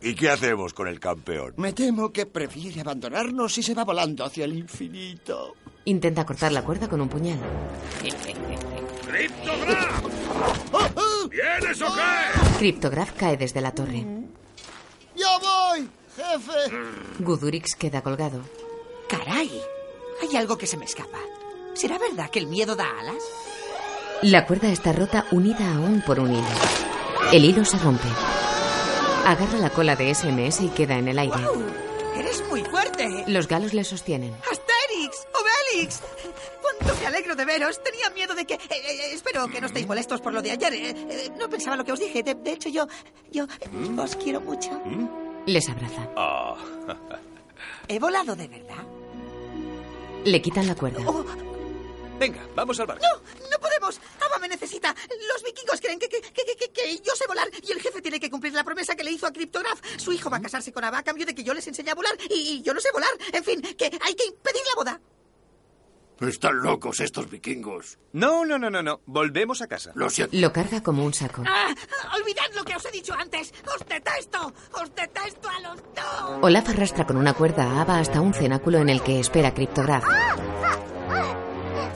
S14: ¿Y qué hacemos con el campeón?
S5: Me temo que prefiere abandonarnos y se va volando hacia el infinito.
S2: Intenta cortar la cuerda con un puñal.
S4: ¿Vienes o qué?
S2: Cryptograph cae desde la torre.
S5: ¡Ah! ¡Ya voy, jefe!
S4: Mm.
S2: Gudurix queda colgado.
S12: Caray, hay algo que se me escapa. ¿Será verdad que el miedo da alas?
S2: La cuerda está rota unida aún por un hilo. El hilo se rompe. Agarra la cola de SMS y queda en el aire.
S12: Eres muy fuerte.
S2: Los galos le sostienen.
S12: Asterix, Obelix. Cuánto me alegro de veros. Tenía miedo de que... eh, eh, espero que no estéis molestos por lo de ayer. Eh, eh, no pensaba lo que os dije. De, de hecho, yo... Yo eh,
S13: Mm.
S12: os quiero mucho.
S2: Les abraza.
S13: Ah,
S12: He volado de verdad.
S2: Le quitan la cuerda.
S13: Venga, vamos al barco.
S12: No podemos. Ava me necesita. Los vikingos creen que, que, que, que- que- que yo sé volar y el jefe tiene que cumplir la promesa que le hizo a Cryptograph. Su hijo va a casarse con Ava a cambio de que yo les enseñe a volar y, y yo no sé volar. En fin, que hay que impedir la boda.
S27: Están locos estos vikingos.
S13: No, no, no, no, no. Volvemos a casa.
S27: Lo siento.
S2: Lo carga como un saco.
S12: ¡Ah! Olvidad lo que os he dicho antes. Os detesto. Os detesto a los dos.
S2: Olaf arrastra con una cuerda a Ava hasta un cenáculo en el que espera Cryptograph.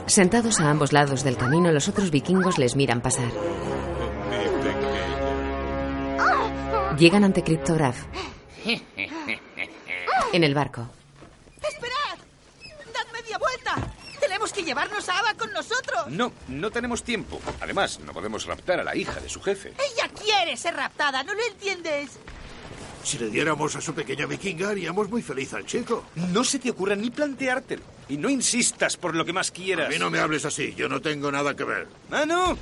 S2: Sentados a ambos lados del camino, los otros vikingos les miran pasar. Llegan ante Cryptograph
S12: ¡Oh,
S2: en el barco.
S12: ¡Esperad! ¡Dad media vuelta! Tenemos que llevarnos a Ava con nosotros.
S13: No, no tenemos tiempo. Además, no podemos raptar a la hija de su jefe.
S12: Ella quiere ser raptada, ¿no lo entiendes?
S27: Si le diéramos a su pequeña vikinga, haríamos muy feliz al chico.
S13: No se te ocurra ni planteártelo. Y no insistas por lo que más quieras.
S27: A mí no me hables así, yo no tengo nada que ver.
S13: ¡Ah, no!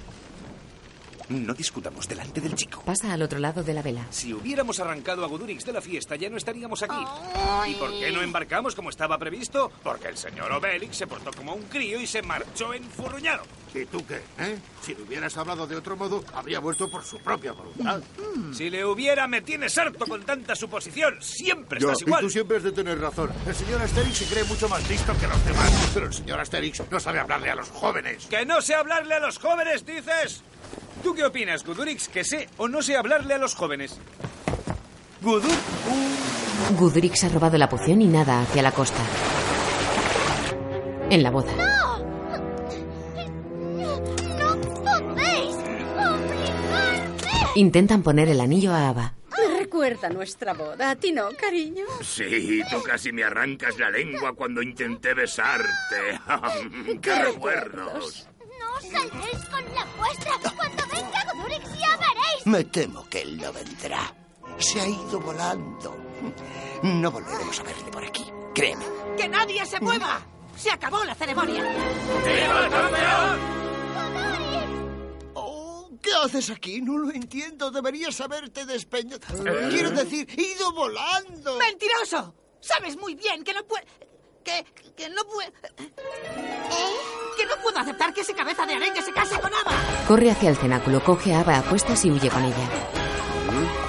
S13: No discutamos delante del chico.
S2: Pasa al otro lado de la vela.
S13: Si hubiéramos arrancado a Gudurix de la fiesta, ya no estaríamos aquí. ¿Y por qué no embarcamos como estaba previsto? Porque el señor Obelix se portó como un crío y se marchó enfurruñado.
S7: ¿Y tú qué? ¿Eh? Si le hubieras hablado de otro modo, habría vuelto por su propia voluntad.
S13: Si le hubiera, me tienes harto con tanta suposición. Siempre
S7: Yo,
S13: estás
S7: y
S13: igual.
S7: tú siempre has de tener razón. El señor Asterix se cree mucho más listo que los demás. Pero el señor Asterix no sabe hablarle a los jóvenes.
S13: ¡Que no sé hablarle a los jóvenes, dices! ¿Tú qué opinas, Gudurix, que sé o no sé hablarle a los jóvenes? Gudur...
S2: Gudrix ha robado la poción y nada hacia la costa. En la boda.
S11: ¡Podéis obligarme!
S2: Intentan poner el anillo a Ava.
S10: Me recuerda nuestra boda. A ti no, cariño.
S4: Sí, tú casi me arrancas la lengua cuando intenté besarte. ¡Qué
S11: Qué
S4: recuerdos!
S11: ¡No saldréis con la vuestra! ¡Cuando venga Gudurix ya veréis!
S5: Me temo que él no vendrá. Se ha ido volando. No volveremos a verle por aquí, créeme.
S12: ¡Que nadie se mueva! ¡Se acabó la ceremonia!
S5: ¡Viva el campeón! Oh, ¿Qué haces aquí? No lo entiendo. Deberías haberte despeñado. Quiero decir, ido volando.
S12: ¡Mentiroso! Sabes muy bien que no puedo... Que, que no puedo... Que no puedo aceptar que ese cabeza de arenque se case con Ava.
S2: Corre hacia el cenáculo, coge a Ava a cuestas y huye con ella.
S13: Mm.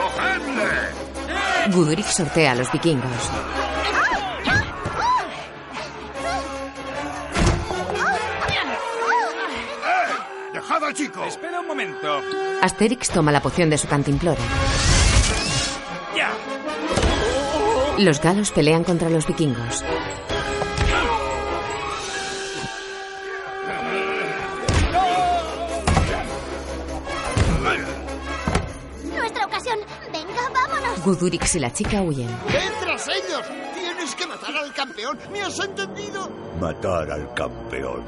S11: ¡Oh, Gudurix! ¿Robert es el mismo?
S2: Gudrix sortea a los vikingos.
S13: ¡Dejad al chico! Espera un momento.
S2: Asterix toma la poción de su cantimplora.
S13: ¡Ya!
S2: Los galos pelean contra los vikingos.
S11: ¡Nuestra ocasión! ¡Venga, vámonos!
S2: Gudurix y la chica huyen.
S5: ¡Ve tras ellos! ¡Tienes que matar al campeón! ¿Me has entendido?
S28: Matar al campeón.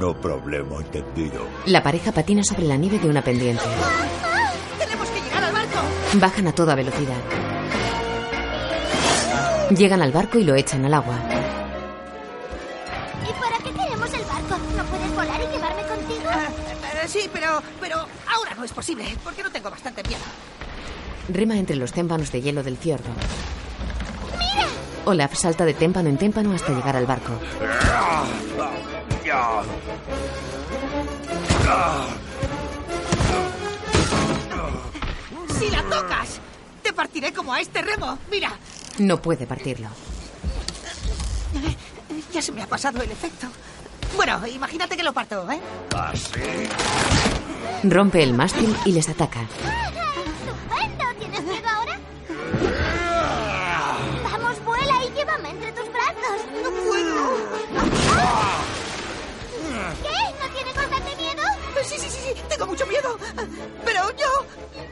S28: No problema entendido.
S2: La pareja patina sobre la nieve de una pendiente.
S11: ¡Ah!
S12: ¡Tenemos que llegar al barco!
S2: Bajan a toda velocidad. Llegan al barco y lo echan al agua.
S11: ¿Y para qué queremos el barco? ¿No puedes volar y llevarme contigo?
S12: Eh, sí, pero... Pero ahora no es posible, porque no tengo bastante miedo.
S2: Rema entre los témpanos de hielo del fiordo. Olaf salta de témpano en témpano hasta llegar al barco.
S12: ¡Si la tocas! ¡Te partiré como a este remo! ¡Mira!
S2: No puede partirlo.
S12: Eh, Ya se me ha pasado el efecto. Bueno, imagínate que lo parto, ¿eh?
S2: Rompe el mástil y les ataca.
S11: ¡Estupendo! ¿Tienes miedo ahora? ¡Vamos, vuela y llévame entre tus brazos! ¡No puedo! ¿Qué? ¿No tienes bastante miedo?
S12: Eh, Sí, sí, sí, sí, tengo mucho miedo. Pero yo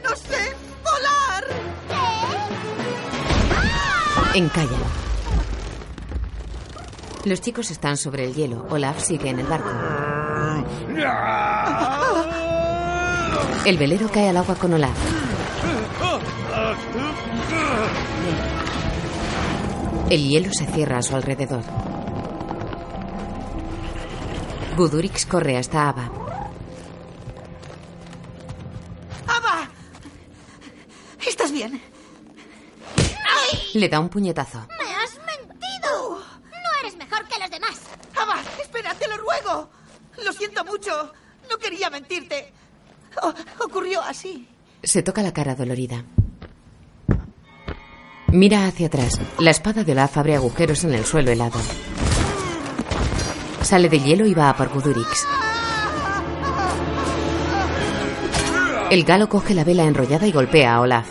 S12: no sé volar.
S2: Encallan. Los chicos están sobre el hielo. Olaf sigue en el barco. El velero cae al agua con Olaf. El hielo se cierra a su alrededor. Gudurix corre hasta Ava.
S12: ¡Ava! ¿Estás bien?
S2: Le da un puñetazo.
S11: ¡Me has mentido! ¡No eres mejor que los demás!
S12: Oh. ¡Ava! ¡Espera, te lo ruego! Lo siento mucho. No quería mentirte. O- ocurrió así.
S2: Se toca la cara dolorida. Mira hacia atrás. La espada de Olaf abre agujeros en el suelo helado. Sale del hielo y va a por Gudurix. El galo coge la vela enrollada y golpea a Olaf.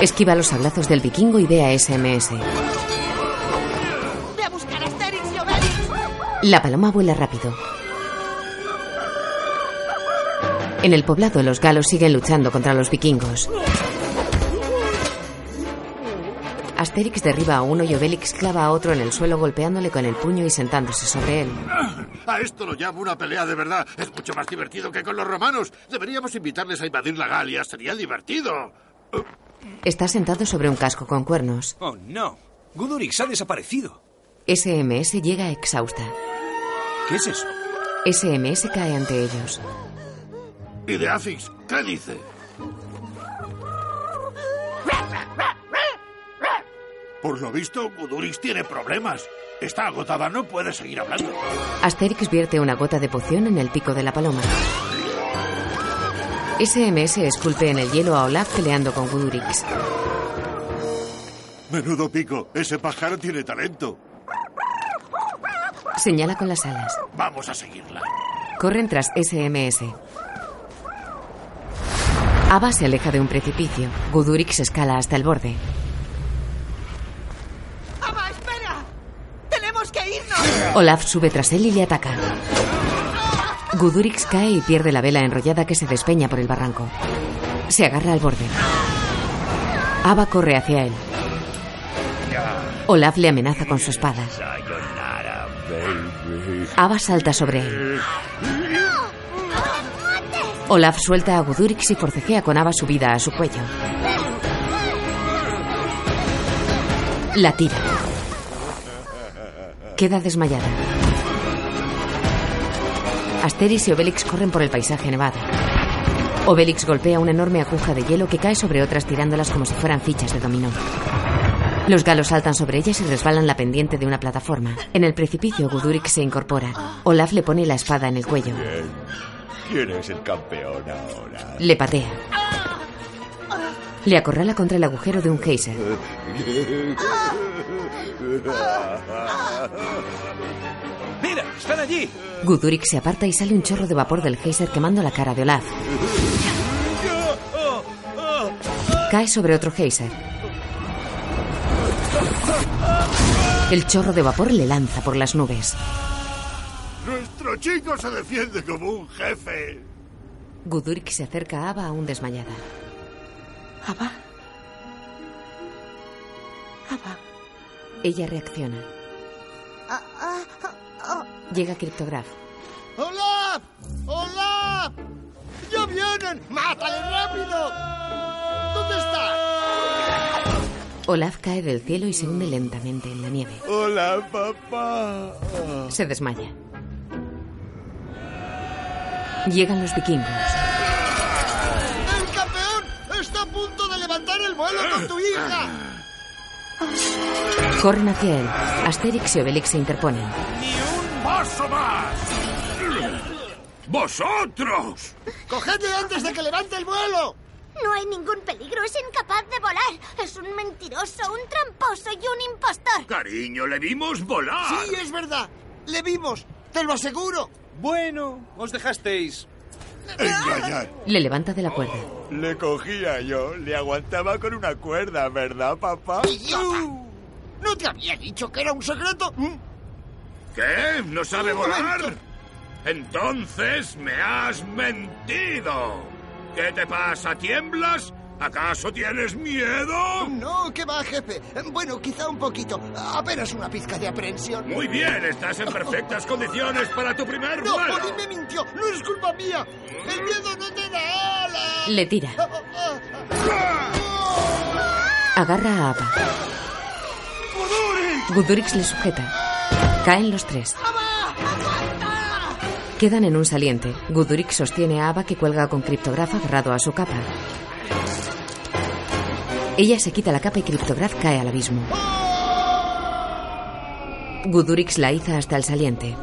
S2: Esquiva los sablazos del vikingo y ve a SMS.
S12: ¡Ve a buscar a Asterix y Obelix!
S2: La paloma vuela rápido. En el poblado los galos siguen luchando contra los vikingos. Asterix derriba a uno y Obelix clava a otro en el suelo golpeándole con el puño y sentándose sobre él.
S7: Ah, A esto lo llamo una pelea de verdad. Es mucho más divertido que con los romanos. Deberíamos invitarles a invadir la Galia. Sería divertido.
S2: Está sentado sobre un casco con cuernos.
S13: ¡Oh, no! Gudurix ha desaparecido.
S2: SMS llega exhausta.
S13: ¿Qué es eso?
S2: SMS cae ante ellos.
S7: ¿Y de Afix? ¿Qué dice? Por lo visto, Gudurix tiene problemas. Está agotada, no puede seguir hablando.
S2: Asterix vierte una gota de poción en el pico de la paloma. SMS esculpe en el hielo a Olaf peleando con Gudurix.
S7: Menudo pico, ese pájaro tiene talento.
S2: Señala con las alas.
S7: Vamos a seguirla.
S2: Corren tras SMS. Ava se aleja de un precipicio. Gudurix escala hasta el borde.
S12: ¡Ama, espera! ¡Tenemos que irnos!
S2: Olaf sube tras él y le ataca. Gudurix cae y pierde la vela enrollada que se despeña por el barranco. Se agarra al borde. Ava corre hacia él. Olaf le amenaza con su espada. Ava salta sobre él. Olaf suelta a Gudurix y forcejea con Ava subida a su cuello. La tira. Queda desmayada. Asteris y Obelix corren por el paisaje nevado. Obelix golpea una enorme aguja de hielo que cae sobre otras tirándolas como si fueran fichas de dominó. Los galos saltan sobre ellas y resbalan la pendiente de una plataforma. En el precipicio, Gudurix se incorpora. Olaf le pone la espada en el cuello.
S28: Bien. ¿Quién es el campeón ahora?
S2: Le patea. Le acorrala contra el agujero de un geyser.
S6: ¡Mira! ¡Están allí!
S2: Gudurix se aparta y sale un chorro de vapor del geyser quemando la cara de Olaf. Cae sobre otro geyser. El chorro de vapor le lanza por las nubes.
S7: Nuestro chico se defiende como un jefe.
S2: Gudurix se acerca a Ava aún desmayada.
S12: ¿Ava? ¿Ava?
S2: Ella reacciona.
S12: Ah, ah, ah, ah.
S2: Llega Cryptograph.
S5: ¡Hola! ¡Hola! ¡Ya vienen! ¡Mátale rápido! ¿Dónde está?
S2: Olaf cae del cielo y se hunde lentamente en la nieve.
S28: Hola, papá.
S2: Se desmaya. Llegan los vikingos.
S5: ¡El campeón está a punto de levantar el vuelo con tu hija!
S2: Corren hacia él. Asterix y Obelix se interponen.
S4: ¡Ni un paso más! ¡Vosotros!
S5: ¡Cogedle antes de que levante el vuelo!
S11: No hay ningún peligro, es incapaz de volar. Es un mentiroso, un tramposo y un impostor.
S4: Cariño, le vimos volar.
S5: Sí, es verdad. Le vimos, te lo aseguro.
S6: Bueno, os dejasteis.
S7: Engañar.
S2: Le levanta de la cuerda.
S28: Le cogía yo, le aguantaba con una cuerda, ¿verdad, papá?
S5: ¡Idiota! Uh. ¿No te había dicho que era un secreto? ¿Mm?
S4: ¿Qué? ¿Eh? ¿No sabe volar? Entonces me has mentido. ¿Qué te pasa? ¿Tiemblas? ¿Acaso tienes miedo?
S5: No, que va, jefe. Bueno, quizá un poquito. Apenas una pizca de aprensión.
S4: Muy bien, estás en perfectas condiciones para tu primer
S5: No,
S4: vuelo.
S5: Poli me mintió. No es culpa mía. El miedo no te da alas.
S2: Le tira.
S9: Ah,
S2: Agarra a Ava. Gudurix le sujeta. Caen los tres. Quedan en un saliente. Gudurix sostiene a Ava que cuelga con Criptograph agarrado a su capa. Ella se quita la capa y Criptograph cae al abismo. Gudurix la iza hasta el saliente.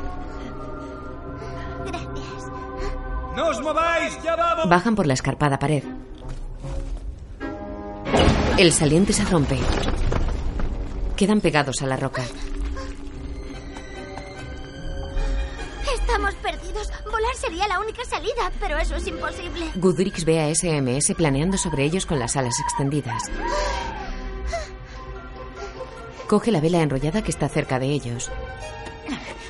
S6: ¡No os mováis! ¡Ya vamos!
S2: Bajan por la escarpada pared. El saliente se rompe. Quedan pegados a la roca.
S11: Estamos perdidos. Volar sería la única salida, pero eso es imposible.
S2: Gudrix ve a SMS planeando sobre ellos con las alas extendidas. Coge la vela enrollada que está cerca de ellos.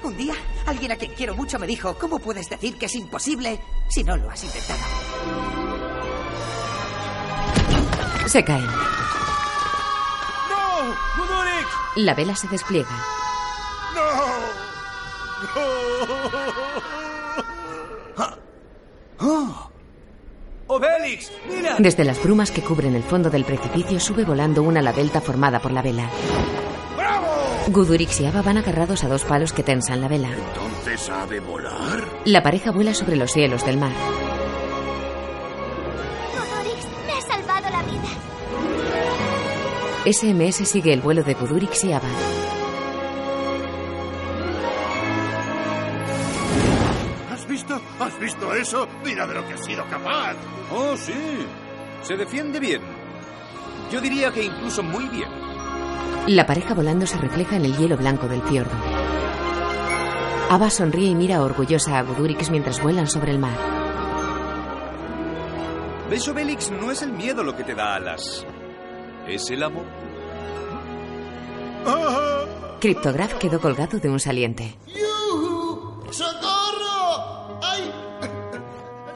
S12: Un día, alguien a quien quiero mucho me dijo, ¿cómo puedes decir que es imposible si no lo has intentado?
S2: Se caen.
S6: ¡No! ¡Gudurix!
S2: La vela se despliega.
S6: ¡Obelix! ¡Mira!
S2: Desde las brumas que cubren el fondo del precipicio sube volando una labelta formada por la vela.
S6: ¡Bravo!
S2: Gudurix y Ava van agarrados a dos palos que tensan la vela.
S4: ¿Entonces sabe volar?
S2: La pareja vuela sobre los cielos del mar.
S11: Odorix, me ha salvado la vida.
S2: SMS sigue el vuelo de Gudurix y Ava.
S7: ¿Has visto? ¿Has visto eso? Mira de lo que ha sido capaz.
S13: Oh, sí. Se defiende bien. Yo diría que incluso muy bien.
S2: La pareja volando se refleja en el hielo blanco del fiordo. Ava sonríe y mira orgullosa a Gudurix mientras vuelan sobre el mar.
S13: ¿Ves, Obelix? No es el miedo lo que te da alas. Es el amor.
S2: Cryptograph quedó colgado de un saliente.
S24: ¡Yuhu! ¡Socorro! ¡Ay!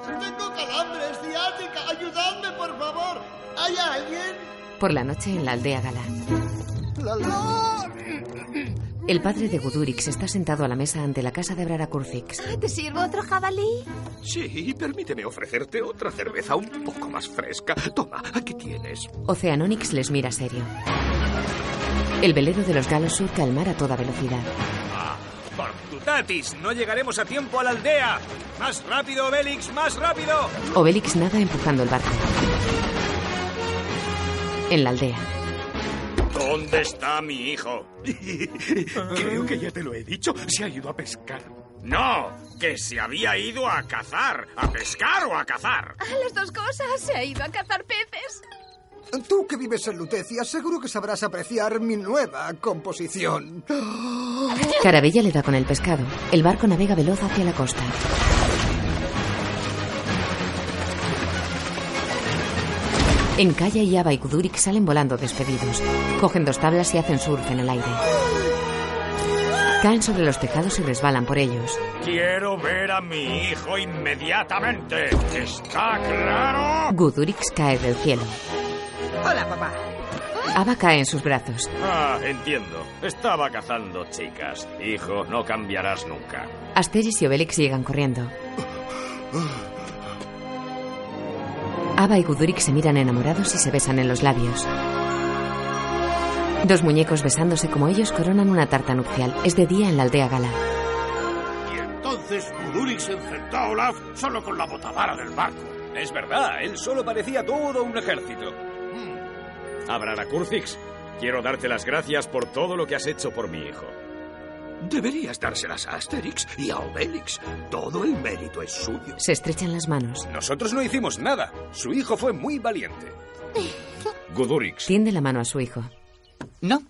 S24: Tengo calambres, ciática. Ayudadme, por favor. ¿Hay alguien?
S2: Por la noche en la aldea gala. El padre de Gudurix está sentado a la mesa ante la casa de Brara Kurfix.
S11: ¿Te sirvo otro jabalí?
S16: Sí, permíteme ofrecerte otra cerveza un poco más fresca. Toma, aquí tienes.
S2: Oceanonix les mira serio. El velero de los galos surca al mar a toda velocidad.
S13: Por Tutatis, no llegaremos a tiempo a la aldea. ¡Más rápido, Obelix! ¡Más rápido!
S2: Obelix nada empujando el barco. En la aldea.
S16: ¿Dónde está mi hijo? Creo que ya te lo he dicho. Se ha ido a pescar. No, que se había ido a cazar. ¿A pescar o a cazar?
S26: Ah, las dos cosas. Se ha ido a cazar peces.
S9: Tú que vives en Lutecia, seguro que sabrás apreciar mi nueva composición.
S2: Carabella le da con el pescado. El barco navega veloz hacia la costa. En Kaya y Ava y Kudurik salen volando despedidos. Cogen dos tablas y hacen surf en el aire. Caen sobre los tejados y resbalan por ellos.
S4: Quiero ver a mi hijo inmediatamente. ¿Está claro?
S2: Gudurix cae del cielo.
S12: Hola, papá.
S2: Ava cae en sus brazos.
S22: Ah, entiendo. Estaba cazando chicas. Hijo, no cambiarás nunca.
S2: Asteris y Obelix llegan corriendo. Ava y Gudurik se miran enamorados y se besan en los labios. Dos muñecos besándose como ellos coronan una tarta nupcial. Es de día en la aldea gala.
S7: Entonces Gudurix enfrentó a Olaf solo con la botavara del barco.
S13: Es verdad, ¿eh? él solo parecía todo un ejército.
S22: Abrara Curcix, quiero darte las gracias por todo lo que has hecho por mi hijo.
S16: Deberías dárselas a Asterix y a Obelix. Todo el mérito es suyo.
S2: Se estrechan las manos.
S13: Nosotros no hicimos nada. Su hijo fue muy valiente.
S22: Gudurix.
S2: Tiende la mano a su hijo.
S8: No.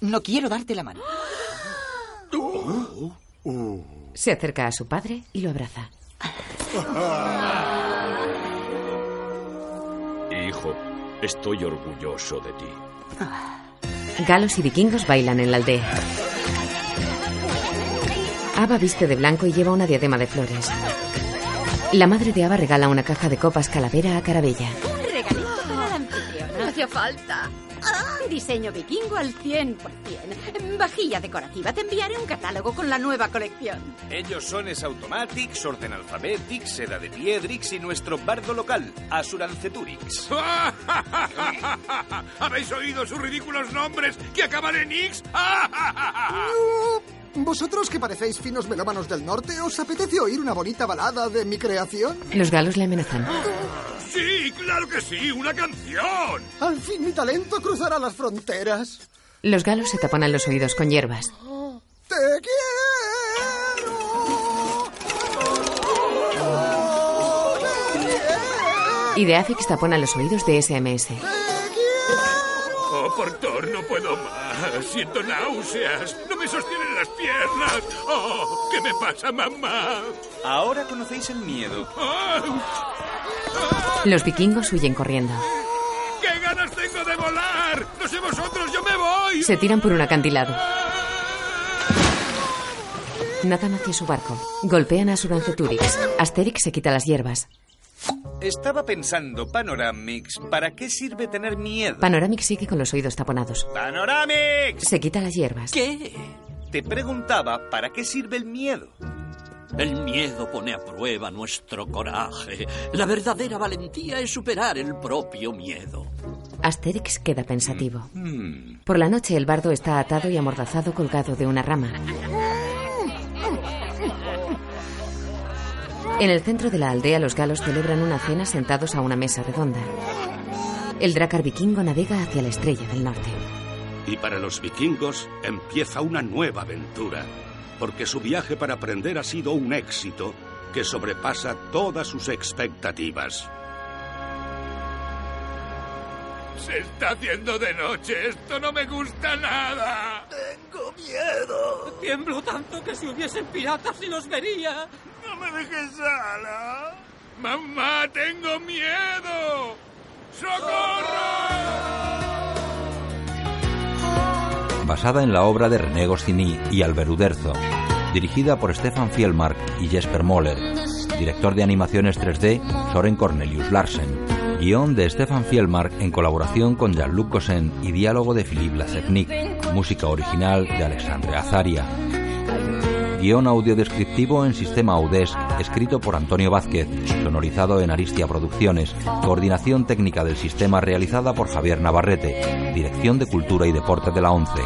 S8: No quiero darte la mano.
S2: Se acerca a su padre y lo abraza.
S22: Hijo, estoy orgulloso de ti.
S2: Galos y vikingos bailan en la aldea. Ava viste de blanco y lleva una diadema de flores. La madre de Ava regala una caja de copas calavera a Carabella.
S10: Un regalito para la anfitriona.
S26: No hacía falta.
S10: Ah, diseño vikingo al 100%. Vajilla decorativa. Te enviaré un catálogo con la nueva colección.
S13: Ellos son Es Automatics, Orden Alphabetic, Seda de Piedrix y nuestro bardo local, Asuranceturix.
S4: ¿Habéis oído sus ridículos nombres que acaban en X?
S9: ¿Vosotros que parecéis finos melómanos del norte, os apetece oír una bonita balada de mi creación?
S2: Los galos le amenazan.
S4: Sí, claro que sí, una canción.
S9: Al fin mi talento cruzará las fronteras.
S2: Los galos se taponan los oídos con hierbas.
S9: ¡Te
S2: Y de Afix tapona los oídos de SMS.
S4: Oh, portor, no puedo más. Siento náuseas. No me sostienen las piernas. Oh, ¿qué me pasa, mamá?
S13: Ahora conocéis el miedo.
S2: Los vikingos huyen corriendo.
S4: ¡Qué ganas tengo de volar! ¡No sé vosotros, yo me voy!
S2: Se tiran por un acantilado. Nadan hacia su barco. Golpean a Suranceturix. Asterix se quita las hierbas.
S13: Estaba pensando, Panoramix, ¿para qué sirve tener miedo?
S2: Panoramic sigue con los oídos taponados.
S13: ¡Panoramix!
S2: Se quita las hierbas.
S23: ¿Qué?
S13: Te preguntaba, ¿para qué sirve el miedo?
S23: El miedo pone a prueba nuestro coraje. La verdadera valentía es superar el propio miedo.
S2: Asterix queda pensativo. Por la noche el bardo está atado y amordazado colgado de una rama. En el centro de la aldea los galos celebran una cena sentados a una mesa redonda. El dracar vikingo navega hacia la estrella del norte.
S3: Y para los vikingos empieza una nueva aventura, porque su viaje para aprender ha sido un éxito que sobrepasa todas sus expectativas.
S4: Se está haciendo de noche. Esto no me gusta nada.
S24: ¡Tengo miedo! Tiemblo tanto que si hubiesen piratas y los vería.
S4: ¡No me dejes sola! ¡Mamá, tengo miedo! ¡Socorro!
S1: basada en la obra de René Goscinny y Albert Uderzo, dirigida por Stefan Fielmark y Jesper Moller, director de animaciones 3D Soren Cornelius Larsen, guión de Stefan Fielmark en colaboración con Jean-Luc Gossen y diálogo de Philippe Lazepnik, música original de Alexandre Azaria. Guión audiodescriptivo en sistema Audes, escrito por Antonio Vázquez, sonorizado en Aristia Producciones, coordinación técnica del sistema realizada por Javier Navarrete, Dirección de Cultura y Deporte de la ONCE.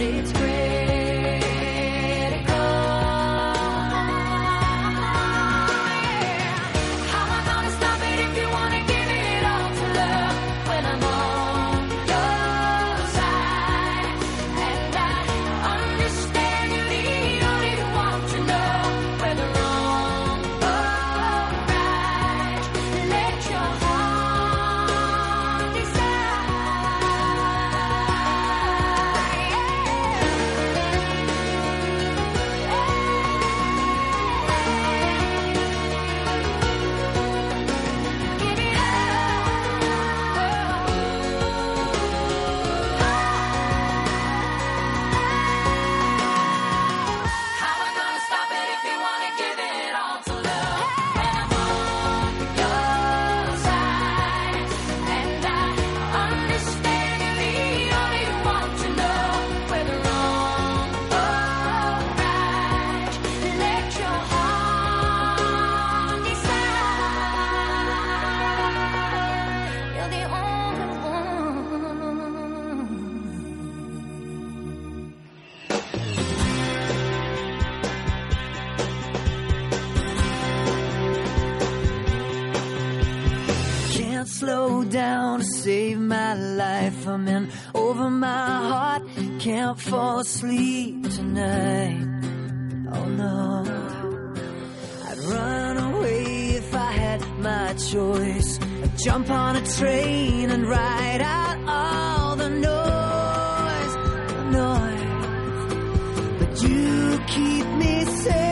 S15: It's critical. How am I gonna stop it if you wanna give it all to love when I'm on your side? And I understand you need only to want to know whether wrong or right. Let your heart How am I gonna stop it if you wanna give it all to love? When I'm on your side, and I understand you need only to want to know whether wrong or right. Let your heart decide. You're the only one.
S29: Can't slow down to save my life. I'm in over my heart. Can't fall asleep tonight. Oh no. I'd run away if I had my choice. I'd jump on a train and ride out all the noise. The noise. But you keep me safe.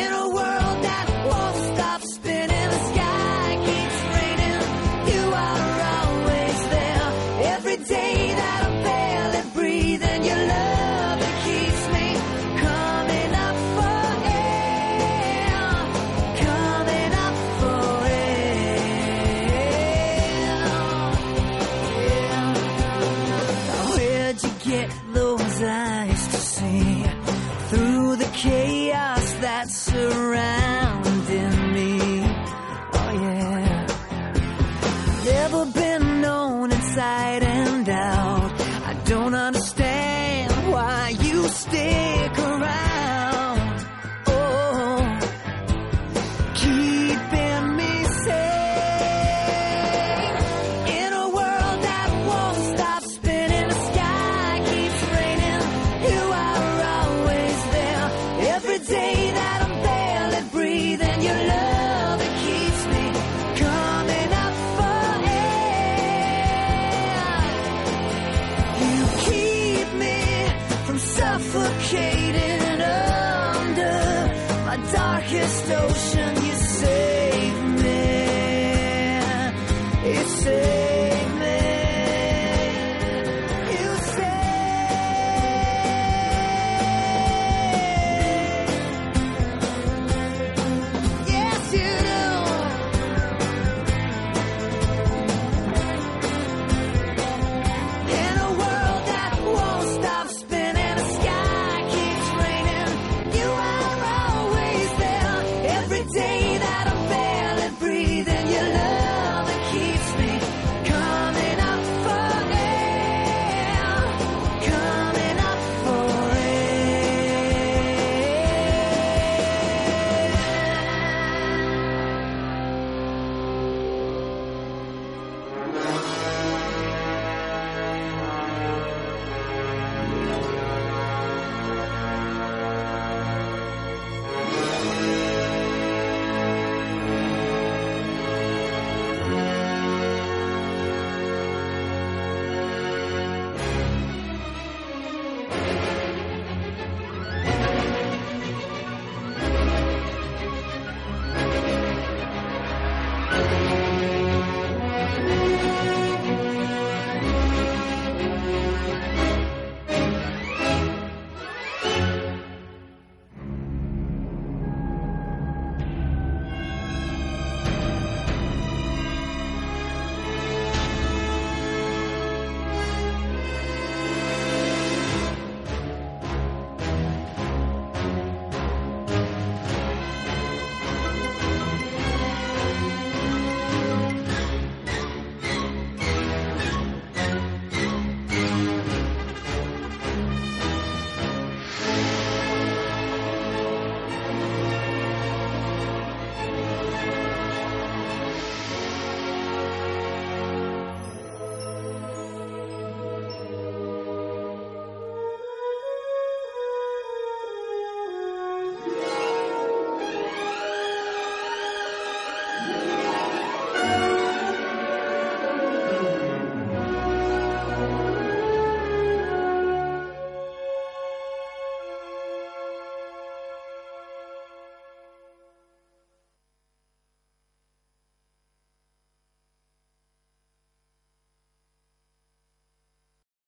S29: In a world that won't stop spinning, the sky keeps raining. You are always there. Every day that I'm barely breathing, your love that keeps me coming up for air. Coming up for air. Now where'd you get those eyes to see? through the chaos that's surrounding me. Oh yeah. Never been known inside and out. I don't understand why you stick around. Oh, keeping me safe in a world that won't stop spinning. The sky keeps raining. You are always there. Every day that I'm barely breathing, your love it keeps me
S15: say